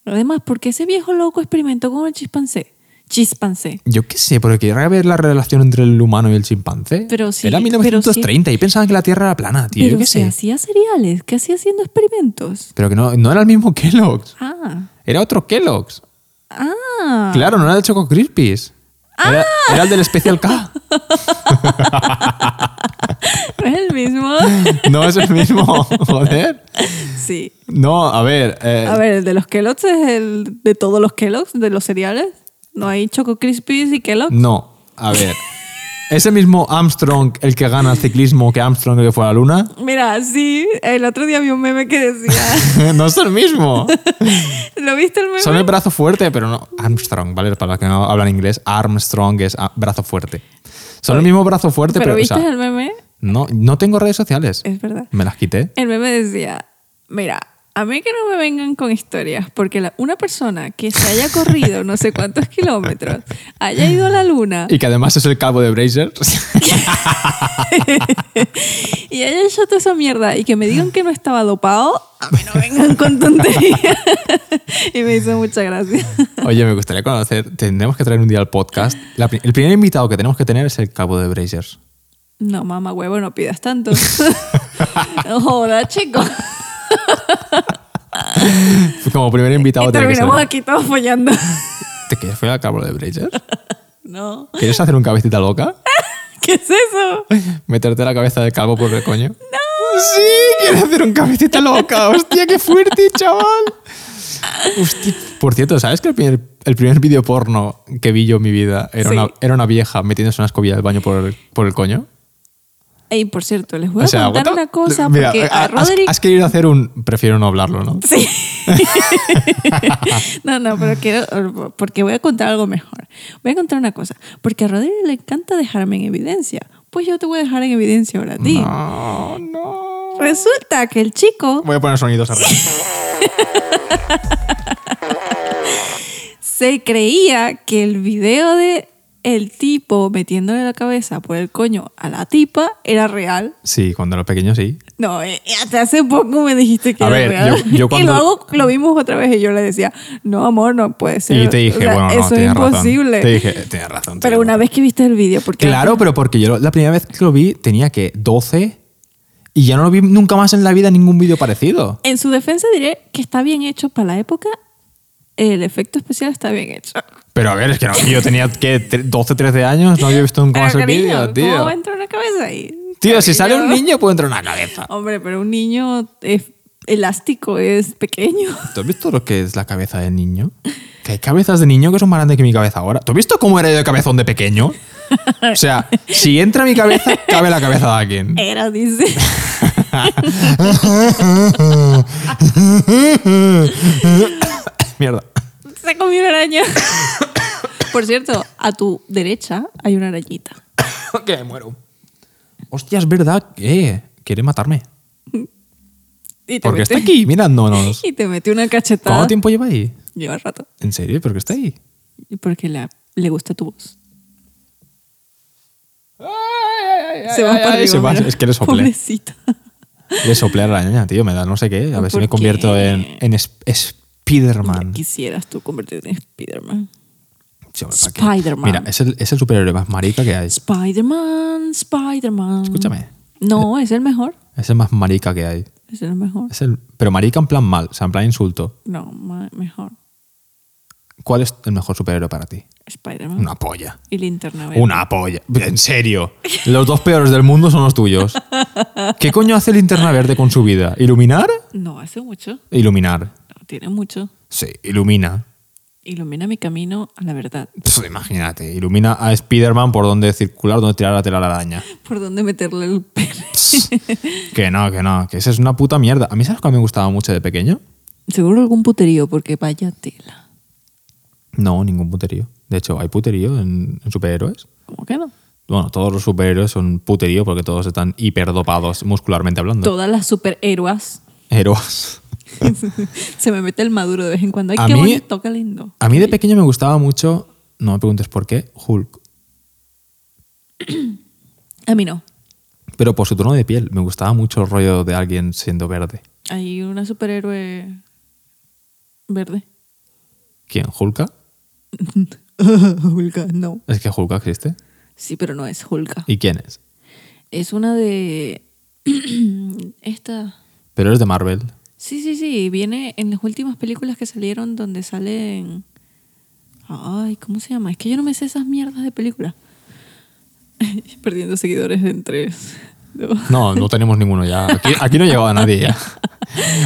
[SPEAKER 2] Además, porque ese viejo loco experimentó con el chimpancé. Chimpancé.
[SPEAKER 1] Yo qué sé, porque querría ver la relación entre el humano y el chimpancé.
[SPEAKER 2] Pero sí,
[SPEAKER 1] Era
[SPEAKER 2] pero
[SPEAKER 1] 1930 y pensaban que la Tierra era plana, tío.
[SPEAKER 2] pero
[SPEAKER 1] yo qué
[SPEAKER 2] se
[SPEAKER 1] sé.
[SPEAKER 2] hacía cereales, que hacía haciendo experimentos.
[SPEAKER 1] Pero que no, no era el mismo Kellogg's.
[SPEAKER 2] Ah,
[SPEAKER 1] Era otro Kellogg's.
[SPEAKER 2] ah.
[SPEAKER 1] Claro, no era el Choco Crispies. Era, era el del Special K.
[SPEAKER 2] ¿no ¿Es el mismo?
[SPEAKER 1] No es el mismo. Joder.
[SPEAKER 2] sí.
[SPEAKER 1] No, a ver. eh,
[SPEAKER 2] A ver, el de los Kellogg's es el de todos los Kellogg's, de los cereales. No hay Choco Crispies y Kellogg's.
[SPEAKER 1] No, a ver. ¿Es el mismo Armstrong el que gana el ciclismo que Armstrong el que fue a la luna?
[SPEAKER 2] Mira, sí, el otro día vi un meme que decía.
[SPEAKER 1] no es el mismo.
[SPEAKER 2] ¿Lo viste el meme?
[SPEAKER 1] Son el brazo fuerte, pero no. Armstrong, ¿vale? Para los que no hablan inglés, Armstrong es ah, brazo fuerte. Son el mismo brazo fuerte,
[SPEAKER 2] Pero
[SPEAKER 1] pero, o
[SPEAKER 2] viste
[SPEAKER 1] sea,
[SPEAKER 2] el meme,
[SPEAKER 1] no, no tengo redes sociales.
[SPEAKER 2] es verdad.
[SPEAKER 1] Me las quité.
[SPEAKER 2] El meme decía, mira, a mí que no me vengan con historias, porque la- una persona que se haya corrido no sé cuántos kilómetros, haya ido a la luna
[SPEAKER 1] Y que además es el cabo de Bracer.
[SPEAKER 2] y haya hecho toda esa mierda y que me digan que no estaba dopado, a mí no vengan con tonterías. y me hizo mucha gracia.
[SPEAKER 1] Oye, me gustaría conocer. Tendremos que traer un día al podcast. La pri- el primer invitado que tenemos que tener es el cabo de Bracer.
[SPEAKER 2] No, mamá, huevo, no pidas tanto. Joda, chicos.
[SPEAKER 1] Como primer invitado
[SPEAKER 2] Y
[SPEAKER 1] tiene que ser-
[SPEAKER 2] terminamos aquí todos follando.
[SPEAKER 1] ¿Te quieres follar al cabo de Bracer?
[SPEAKER 2] No.
[SPEAKER 1] ¿Quieres hacer un cabecita loca?
[SPEAKER 2] ¿Qué es eso?
[SPEAKER 1] ¿Meterte la cabeza del calvo por el coño? ¡No! ¡Sí! ¡Quieres hacer un cabecita loca! ¡Hostia, qué fuerte, chaval! Hostia. Por cierto, ¿sabes que el primer, el primer vídeo porno que vi yo en mi vida era,
[SPEAKER 2] Sí.
[SPEAKER 1] una, era una vieja metiéndose una escobilla del baño por el, por el coño?
[SPEAKER 2] Ey, por cierto, les voy a
[SPEAKER 1] O sea,
[SPEAKER 2] contar
[SPEAKER 1] what the-
[SPEAKER 2] una cosa
[SPEAKER 1] Mira,
[SPEAKER 2] porque a,
[SPEAKER 1] has-
[SPEAKER 2] Roderick...
[SPEAKER 1] Has, querido hacer un... Prefiero no hablarlo, ¿no?
[SPEAKER 2] Sí. no, no, pero quiero... Porque voy a contar algo mejor. Voy a contar una cosa. Porque a Roderick le encanta dejarme en evidencia. Pues yo te voy a dejar en evidencia ahora a ti.
[SPEAKER 1] No, no.
[SPEAKER 2] Resulta que el chico
[SPEAKER 1] Voy a poner sonidos arriba.
[SPEAKER 2] se creía que el video de el tipo metiéndole la cabeza por el coño a la tipa era real.
[SPEAKER 1] Sí, cuando era pequeño sí.
[SPEAKER 2] No, eh, hasta hace poco me dijiste que
[SPEAKER 1] A
[SPEAKER 2] era
[SPEAKER 1] ver,
[SPEAKER 2] real.
[SPEAKER 1] yo- yo
[SPEAKER 2] Y
[SPEAKER 1] cuando-
[SPEAKER 2] luego lo vimos otra vez y yo le decía, no, amor, no puede ser.
[SPEAKER 1] Y te
[SPEAKER 2] O
[SPEAKER 1] dije,
[SPEAKER 2] sea,
[SPEAKER 1] bueno, no,
[SPEAKER 2] eso es
[SPEAKER 1] tienes razón.
[SPEAKER 2] imposible.
[SPEAKER 1] Te dije, tienes razón.
[SPEAKER 2] Pero
[SPEAKER 1] tienes
[SPEAKER 2] una vez que viste el vídeo, porque...
[SPEAKER 1] Claro, pero porque yo lo- la primera vez que lo vi tenía que 12 y ya no lo vi nunca más en la vida ningún vídeo parecido.
[SPEAKER 2] En su defensa diré que está bien hecho para la época. El efecto especial está bien hecho.
[SPEAKER 1] Pero a ver, es que no, yo tenía que 12, 13 años, no había visto nunca
[SPEAKER 2] Pero
[SPEAKER 1] más el
[SPEAKER 2] Ah, cariño,
[SPEAKER 1] vídeo,
[SPEAKER 2] ¿cómo
[SPEAKER 1] tío.
[SPEAKER 2] entra una cabeza ahí?
[SPEAKER 1] Tío, si
[SPEAKER 2] Cariño.
[SPEAKER 1] sale un niño puede entrar una cabeza.
[SPEAKER 2] Hombre, pero un niño es elástico, es pequeño.
[SPEAKER 1] ¿Tú has visto lo que es la cabeza del niño? Que hay cabezas de niño que son más grandes que mi cabeza ahora. ¿Tú has visto cómo era yo de cabezón de pequeño? O sea, si entra mi cabeza, cabe la cabeza de alguien.
[SPEAKER 2] Era, dice.
[SPEAKER 1] Mierda.
[SPEAKER 2] Se comió una araña. Por cierto, a tu derecha hay una arañita.
[SPEAKER 1] que me muero. Hostia, es verdad que quiere matarme.
[SPEAKER 2] Y te,
[SPEAKER 1] Porque
[SPEAKER 2] metió,
[SPEAKER 1] está aquí mirándonos.
[SPEAKER 2] y te metió una cachetada.
[SPEAKER 1] ¿Cuánto tiempo lleva ahí?
[SPEAKER 2] Lleva rato.
[SPEAKER 1] ¿En serio? ¿Pero qué está ahí?
[SPEAKER 2] Y Porque la- le gusta tu voz.
[SPEAKER 1] ay,
[SPEAKER 2] Se va
[SPEAKER 1] ay,
[SPEAKER 2] para
[SPEAKER 1] ay,
[SPEAKER 2] arriba.
[SPEAKER 1] se va,
[SPEAKER 2] mira.
[SPEAKER 1] es que le soplé.
[SPEAKER 2] Pobrecita.
[SPEAKER 1] Le soplé a la ñaña, tío. Me da no sé qué. A ver si
[SPEAKER 2] ¿Por
[SPEAKER 1] me convierto
[SPEAKER 2] qué?
[SPEAKER 1] en, en es- Spiderman.
[SPEAKER 2] Quisieras tú convertirte en Spider-Man.
[SPEAKER 1] Sí, hombre, ¿para qué?
[SPEAKER 2] Spiderman.
[SPEAKER 1] Mira, es el, es el superhéroe más marica que hay.
[SPEAKER 2] Spider-Man, Spider-Man.
[SPEAKER 1] Escúchame.
[SPEAKER 2] No, es el mejor.
[SPEAKER 1] Es el más marica que hay.
[SPEAKER 2] Es el mejor.
[SPEAKER 1] Es el, pero marica en plan mal, o sea, en plan insulto.
[SPEAKER 2] No, ma- mejor.
[SPEAKER 1] ¿Cuál es el mejor superhéroe para ti?
[SPEAKER 2] Spider-Man.
[SPEAKER 1] Una polla.
[SPEAKER 2] Y linterna verde.
[SPEAKER 1] Una polla. En serio. Los dos peores del mundo son los tuyos. ¿Qué coño hace Linterna Verde con su vida? ¿Iluminar?
[SPEAKER 2] No, hace mucho.
[SPEAKER 1] Iluminar.
[SPEAKER 2] No, tiene mucho.
[SPEAKER 1] Sí, ilumina.
[SPEAKER 2] Ilumina mi camino a la verdad.
[SPEAKER 1] Pff, imagínate, ilumina a Spider-Man por dónde circular, dónde tirar la telaraña.
[SPEAKER 2] ¿Por dónde meterle el pene?
[SPEAKER 1] Pss, que no, que no, que esa es una puta mierda. A mí, ¿sabes cuál me gustaba mucho de pequeño?
[SPEAKER 2] Seguro algún puterío, porque vaya tela.
[SPEAKER 1] No, ningún puterío. De hecho, ¿hay puterío en, en superhéroes?
[SPEAKER 2] ¿Cómo que no?
[SPEAKER 1] Bueno, todos los superhéroes son puterío porque todos están hiperdopados muscularmente hablando.
[SPEAKER 2] Todas las superhéroas.
[SPEAKER 1] Héroes.
[SPEAKER 2] Se me mete el maduro de vez en cuando. Ay,
[SPEAKER 1] A
[SPEAKER 2] qué
[SPEAKER 1] mí-
[SPEAKER 2] bonito, qué lindo.
[SPEAKER 1] A mí de pequeño me gustaba mucho, no me preguntes por qué, Hulk.
[SPEAKER 2] A mí no.
[SPEAKER 1] Pero por su tono de piel, me gustaba mucho el rollo de alguien siendo verde.
[SPEAKER 2] Hay una superhéroe verde.
[SPEAKER 1] ¿Quién? ¿Hulka?
[SPEAKER 2] Hulka, no.
[SPEAKER 1] Es que Hulka existe.
[SPEAKER 2] Sí, pero no es Hulka.
[SPEAKER 1] ¿Y quién es?
[SPEAKER 2] Es una de... Esta...
[SPEAKER 1] Pero es de Marvel.
[SPEAKER 2] Sí, sí, sí. Viene en las últimas películas que salieron donde salen... Ay, ¿cómo se llama? Es que yo no me sé esas mierdas de películas. Perdiendo seguidores en tres. dos.
[SPEAKER 1] No, no tenemos ninguno ya. Aquí, aquí no ha llegado a nadie ya.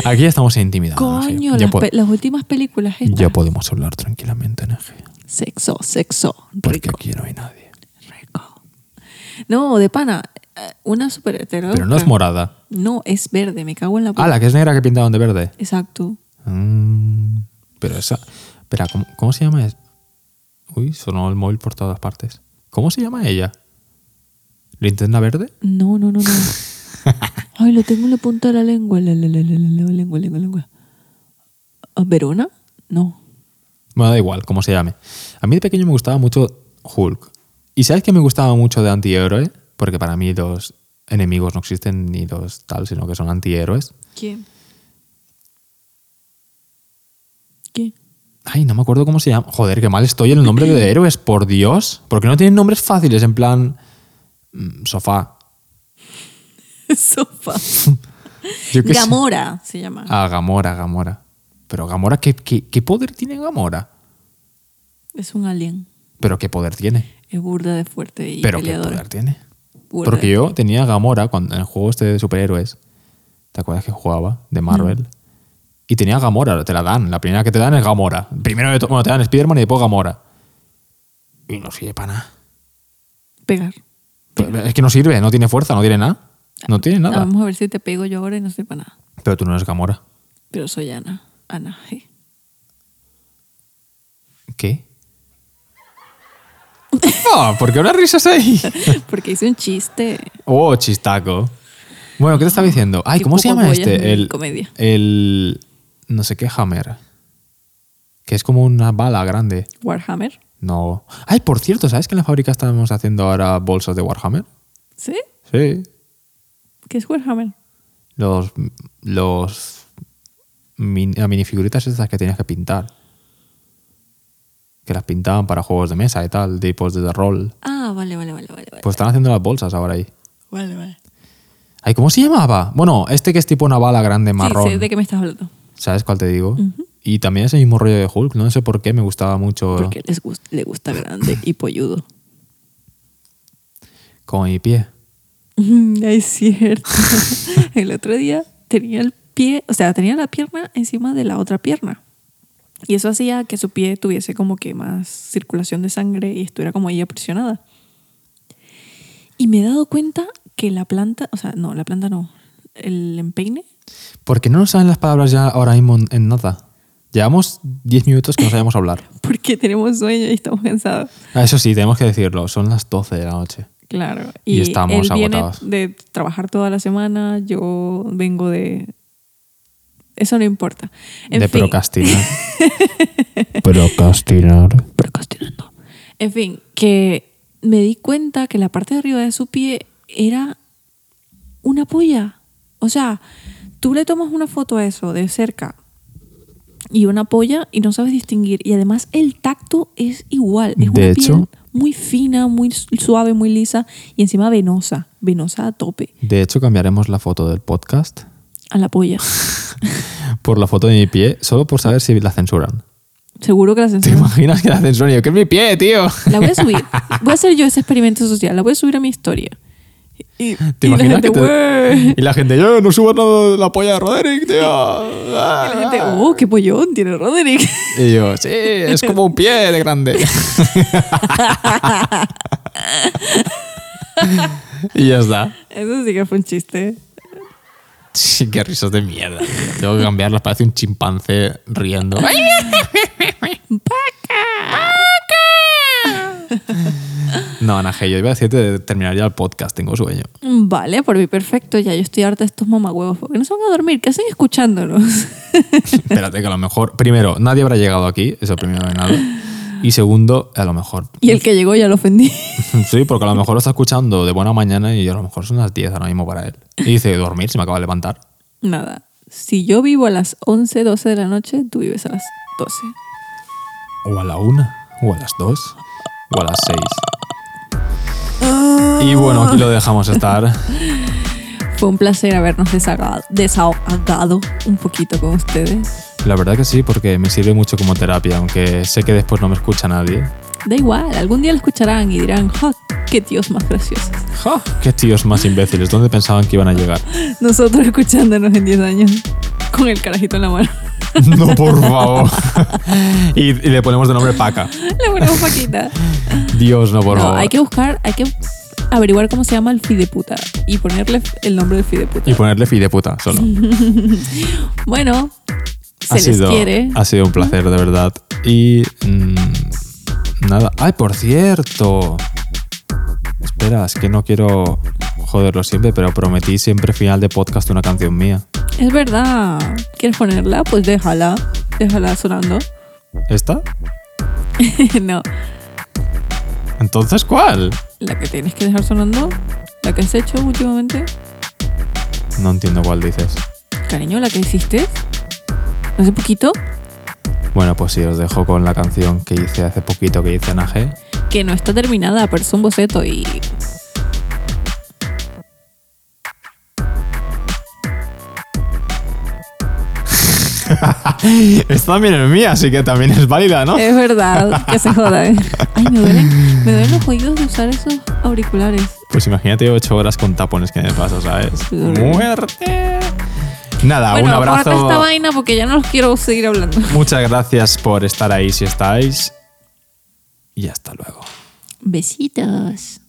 [SPEAKER 1] Aquí ya estamos en intimidad. Naji.
[SPEAKER 2] Coño,
[SPEAKER 1] ya,
[SPEAKER 2] las,
[SPEAKER 1] po-
[SPEAKER 2] pe- las últimas películas estas.
[SPEAKER 1] ya podemos hablar tranquilamente, Naji.
[SPEAKER 2] Sexo, sexo.
[SPEAKER 1] Porque
[SPEAKER 2] Rico,
[SPEAKER 1] aquí no hay nadie.
[SPEAKER 2] rico. No, de pana. eh, Una superhéroe.
[SPEAKER 1] Pero no es morada.
[SPEAKER 2] No, es verde. Me cago en la
[SPEAKER 1] Ah,
[SPEAKER 2] puta.
[SPEAKER 1] la que es negra que pintaban de verde.
[SPEAKER 2] Exacto.
[SPEAKER 1] Mm, pero esa. Espera, ¿cómo, cómo se llama? es- Uy, sonó el móvil por todas partes. ¿Cómo se llama ella? ¿Linterna verde?
[SPEAKER 2] No, no, no, no. Ay, lo tengo en la punta de la lengua. La, la, la, la, la, la, lengua, lengua, lengua.
[SPEAKER 1] Ah,
[SPEAKER 2] ¿Verona? No.
[SPEAKER 1] Bueno, da igual, como se llame. A mí de pequeño me gustaba mucho Hulk. ¿Y sabes que me gustaba mucho de antihéroe? Porque para mí los enemigos no existen ni los tal, sino que son antihéroes.
[SPEAKER 2] ¿Quién? ¿Quién?
[SPEAKER 1] Ay, no me acuerdo cómo se llama. Joder, qué mal estoy en el nombre de héroes, por Dios. Porque no tienen nombres fáciles, en plan. mm, Sofá.
[SPEAKER 2] Sopa.
[SPEAKER 1] Yo qué sé.
[SPEAKER 2] Gamora se llama.
[SPEAKER 1] Ah, Gamora, Gamora. Pero Gamora, ¿qué, qué, qué poder tiene Gamora?
[SPEAKER 2] Es un alien.
[SPEAKER 1] Pero ¿qué poder tiene?
[SPEAKER 2] Es burda de fuerte y
[SPEAKER 1] Pero ¿qué
[SPEAKER 2] peleadora.
[SPEAKER 1] poder tiene?
[SPEAKER 2] Burda
[SPEAKER 1] Porque
[SPEAKER 2] de-
[SPEAKER 1] yo tenía a Gamora cuando, en el juego este de superhéroes. ¿Te acuerdas que jugaba?
[SPEAKER 2] Mm.
[SPEAKER 1] De Marvel. Y tenía a Gamora, te la dan. La primera que te dan es Gamora. Primero de todo, bueno, te dan Spider-Man y después Gamora. Y no sirve para nada.
[SPEAKER 2] Pegar.
[SPEAKER 1] Pero Es que no sirve, no tiene fuerza, no tiene nada.
[SPEAKER 2] Ah,
[SPEAKER 1] No tiene nada.
[SPEAKER 2] Vamos a ver si te pego yo ahora y no sé para nada.
[SPEAKER 1] Pero tú no eres Gamora.
[SPEAKER 2] Pero soy Ana. Ana ¿eh? G.
[SPEAKER 1] ¿Qué? No, ¿por qué una risa ahí?
[SPEAKER 2] Porque hice un chiste.
[SPEAKER 1] Oh, chistaco. Bueno, ¿qué te estaba diciendo? Ay,
[SPEAKER 2] Ah, Qué
[SPEAKER 1] ¿cómo se
[SPEAKER 2] poco
[SPEAKER 1] llama
[SPEAKER 2] voy en
[SPEAKER 1] este? El.
[SPEAKER 2] comedia.
[SPEAKER 1] El. No sé qué Hammer. Que es como una bala grande.
[SPEAKER 2] Warhammer.
[SPEAKER 1] No. Ay, por cierto, ¿sabes que en la fábrica estamos haciendo ahora bolsos de Warhammer?
[SPEAKER 2] ¿Sí?
[SPEAKER 1] Sí.
[SPEAKER 2] ¿Qué es Warhammer?
[SPEAKER 1] Los. Los. min- las minifiguritas estas que tenías que pintar. Que las pintaban para juegos de mesa y tal, tipos de rol.
[SPEAKER 2] Ah, vale, vale, vale, vale. Vale,
[SPEAKER 1] Pues están haciendo las bolsas ahora ahí.
[SPEAKER 2] vale. vale.
[SPEAKER 1] Ay, ¿cómo se llamaba? Bueno, este que es tipo una bala grande marrón.
[SPEAKER 2] Sí, sé de qué me estás hablando.
[SPEAKER 1] ¿Sabes cuál te digo? Y también ese mismo rollo de Hulk. No sé por qué me gustaba mucho
[SPEAKER 2] Porque les gust- le gusta grande y polludo.
[SPEAKER 1] con mi pie.
[SPEAKER 2] Mm, Es cierto. el otro día tenía el pie, o sea, tenía la pierna encima de la otra pierna. Y eso hacía que su pie tuviese como que más circulación de sangre y estuviera como ella presionada. Y me he dado cuenta que la planta, o sea, no, la planta no, el empeine,
[SPEAKER 1] Porque no nos salen las palabras ya ahora mismo en- en nada. Llevamos 10 minutos que no sabemos hablar.
[SPEAKER 2] porque tenemos sueño y estamos cansados.
[SPEAKER 1] Ah, Eso sí, tenemos que decirlo. Son las 12 de la noche.
[SPEAKER 2] Claro.
[SPEAKER 1] Y
[SPEAKER 2] Y,
[SPEAKER 1] estamos
[SPEAKER 2] él viene
[SPEAKER 1] agotados.
[SPEAKER 2] de trabajar toda la semana, yo vengo de... Eso no importa. En
[SPEAKER 1] de
[SPEAKER 2] fin.
[SPEAKER 1] procrastinar. procrastinar.
[SPEAKER 2] procrastinando. En fin, que me di cuenta que la parte de arriba de su pie era una polla. O sea, tú le tomas una foto a eso de cerca y una polla y no sabes distinguir. Y además el tacto es igual. Es una
[SPEAKER 1] De hecho-
[SPEAKER 2] piel muy fina, muy su- suave, muy lisa y encima venosa. Venosa a tope.
[SPEAKER 1] De hecho, cambiaremos la foto del podcast
[SPEAKER 2] A la polla.
[SPEAKER 1] por la foto de mi pie, solo por saber si la censuran.
[SPEAKER 2] Seguro que la
[SPEAKER 1] ¿Te
[SPEAKER 2] sensación.
[SPEAKER 1] imaginas que la censuran? Y yo, ¿Qué es mi pie, tío?
[SPEAKER 2] La voy a subir. Voy a hacer yo ese experimento social. La voy a subir a mi historia. Y,
[SPEAKER 1] ¿Te
[SPEAKER 2] y la
[SPEAKER 1] imaginas
[SPEAKER 2] gente,
[SPEAKER 1] que te-
[SPEAKER 2] "Wey".
[SPEAKER 1] Y la gente, yo no subo nada de la polla de Roderick, tío. Ah,
[SPEAKER 2] Y la gente,
[SPEAKER 1] ah.
[SPEAKER 2] oh, qué pollón tiene Roderick.
[SPEAKER 1] Y yo, sí, es como un pie de grande. y ya está.
[SPEAKER 2] Eso sí que fue un chiste.
[SPEAKER 1] Sí, qué risas de mierda. tío. Tengo que cambiarlas, parece un chimpancé riendo. No, Anaje, yo iba a decirte de terminar ya el podcast, tengo sueño.
[SPEAKER 2] Vale, por mí perfecto, ya yo estoy harta de estos mamagüevos porque no se van a dormir, ¿qué hacen escuchándonos?
[SPEAKER 1] Espérate que a lo mejor, primero, nadie habrá llegado aquí, eso primero de nada. Y segundo, a lo mejor
[SPEAKER 2] y el que llegó ya lo ofendí.
[SPEAKER 1] Sí, porque a lo mejor lo está escuchando de buena mañana y a lo mejor son las 10 ahora mismo para él. Y dice, dormir, se me acaba de levantar.
[SPEAKER 2] Nada, si yo vivo a las 11, 12 de la noche, tú vives a las 12.
[SPEAKER 1] O a la 1, o a las 2, o a las 6. Y bueno, aquí lo dejamos estar.
[SPEAKER 2] Fue un placer habernos desagado- desahogado un poquito con ustedes.
[SPEAKER 1] La verdad que sí, porque me sirve mucho como terapia, aunque sé que después no me escucha nadie.
[SPEAKER 2] Da igual, algún día lo escucharán y dirán, ¡ja! ¡Qué tíos más graciosos!
[SPEAKER 1] ¡Ja! ¡Qué tíos más imbéciles! ¿Dónde pensaban que iban a llegar?
[SPEAKER 2] Nosotros escuchándonos en 10 años con el carajito en la mano.
[SPEAKER 1] No, por favor. Y, y le ponemos de nombre Paca.
[SPEAKER 2] Le ponemos paquita.
[SPEAKER 1] Dios, no, por
[SPEAKER 2] no,
[SPEAKER 1] favor.
[SPEAKER 2] hay que buscar, hay que averiguar cómo se llama el fideputa y ponerle el nombre del fideputa.
[SPEAKER 1] Y ponerle fi de puta solo.
[SPEAKER 2] Bueno, se
[SPEAKER 1] ha
[SPEAKER 2] les
[SPEAKER 1] sido,
[SPEAKER 2] quiere.
[SPEAKER 1] Ha sido un placer, de verdad. Y. mm, nada. ¡Ay, por cierto! Espera, es que no quiero joderlo siempre, pero prometí siempre final de podcast una canción mía.
[SPEAKER 2] Es verdad. ¿Quieres ponerla? Pues déjala. Déjala sonando.
[SPEAKER 1] ¿Esta?
[SPEAKER 2] no,
[SPEAKER 1] Entonces, ¿cuál?
[SPEAKER 2] la que tienes que dejar sonando, la que has hecho últimamente.
[SPEAKER 1] No entiendo cuál dices.
[SPEAKER 2] Cariño, la que hiciste hace poquito,
[SPEAKER 1] Bueno, pues sí, os dejo con la canción que hice hace poquito que hice en AG.
[SPEAKER 2] que no está terminada, pero es un boceto y
[SPEAKER 1] Esta también es mía, así que también es válida, ¿no?
[SPEAKER 2] Es verdad, que se joda. ¿eh? Ay, me duelen, me duelen los oídos de usar esos auriculares.
[SPEAKER 1] Pues imagínate ocho horas con tapones que me pasa, ¿sabes?
[SPEAKER 2] Horrible.
[SPEAKER 1] ¡Muerte! Nada,
[SPEAKER 2] bueno,
[SPEAKER 1] Ah, un
[SPEAKER 2] aparte
[SPEAKER 1] abrazo.
[SPEAKER 2] esta vaina porque ya no los quiero seguir hablando.
[SPEAKER 1] Muchas gracias por estar ahí si estáis. Y hasta luego.
[SPEAKER 2] Besitos.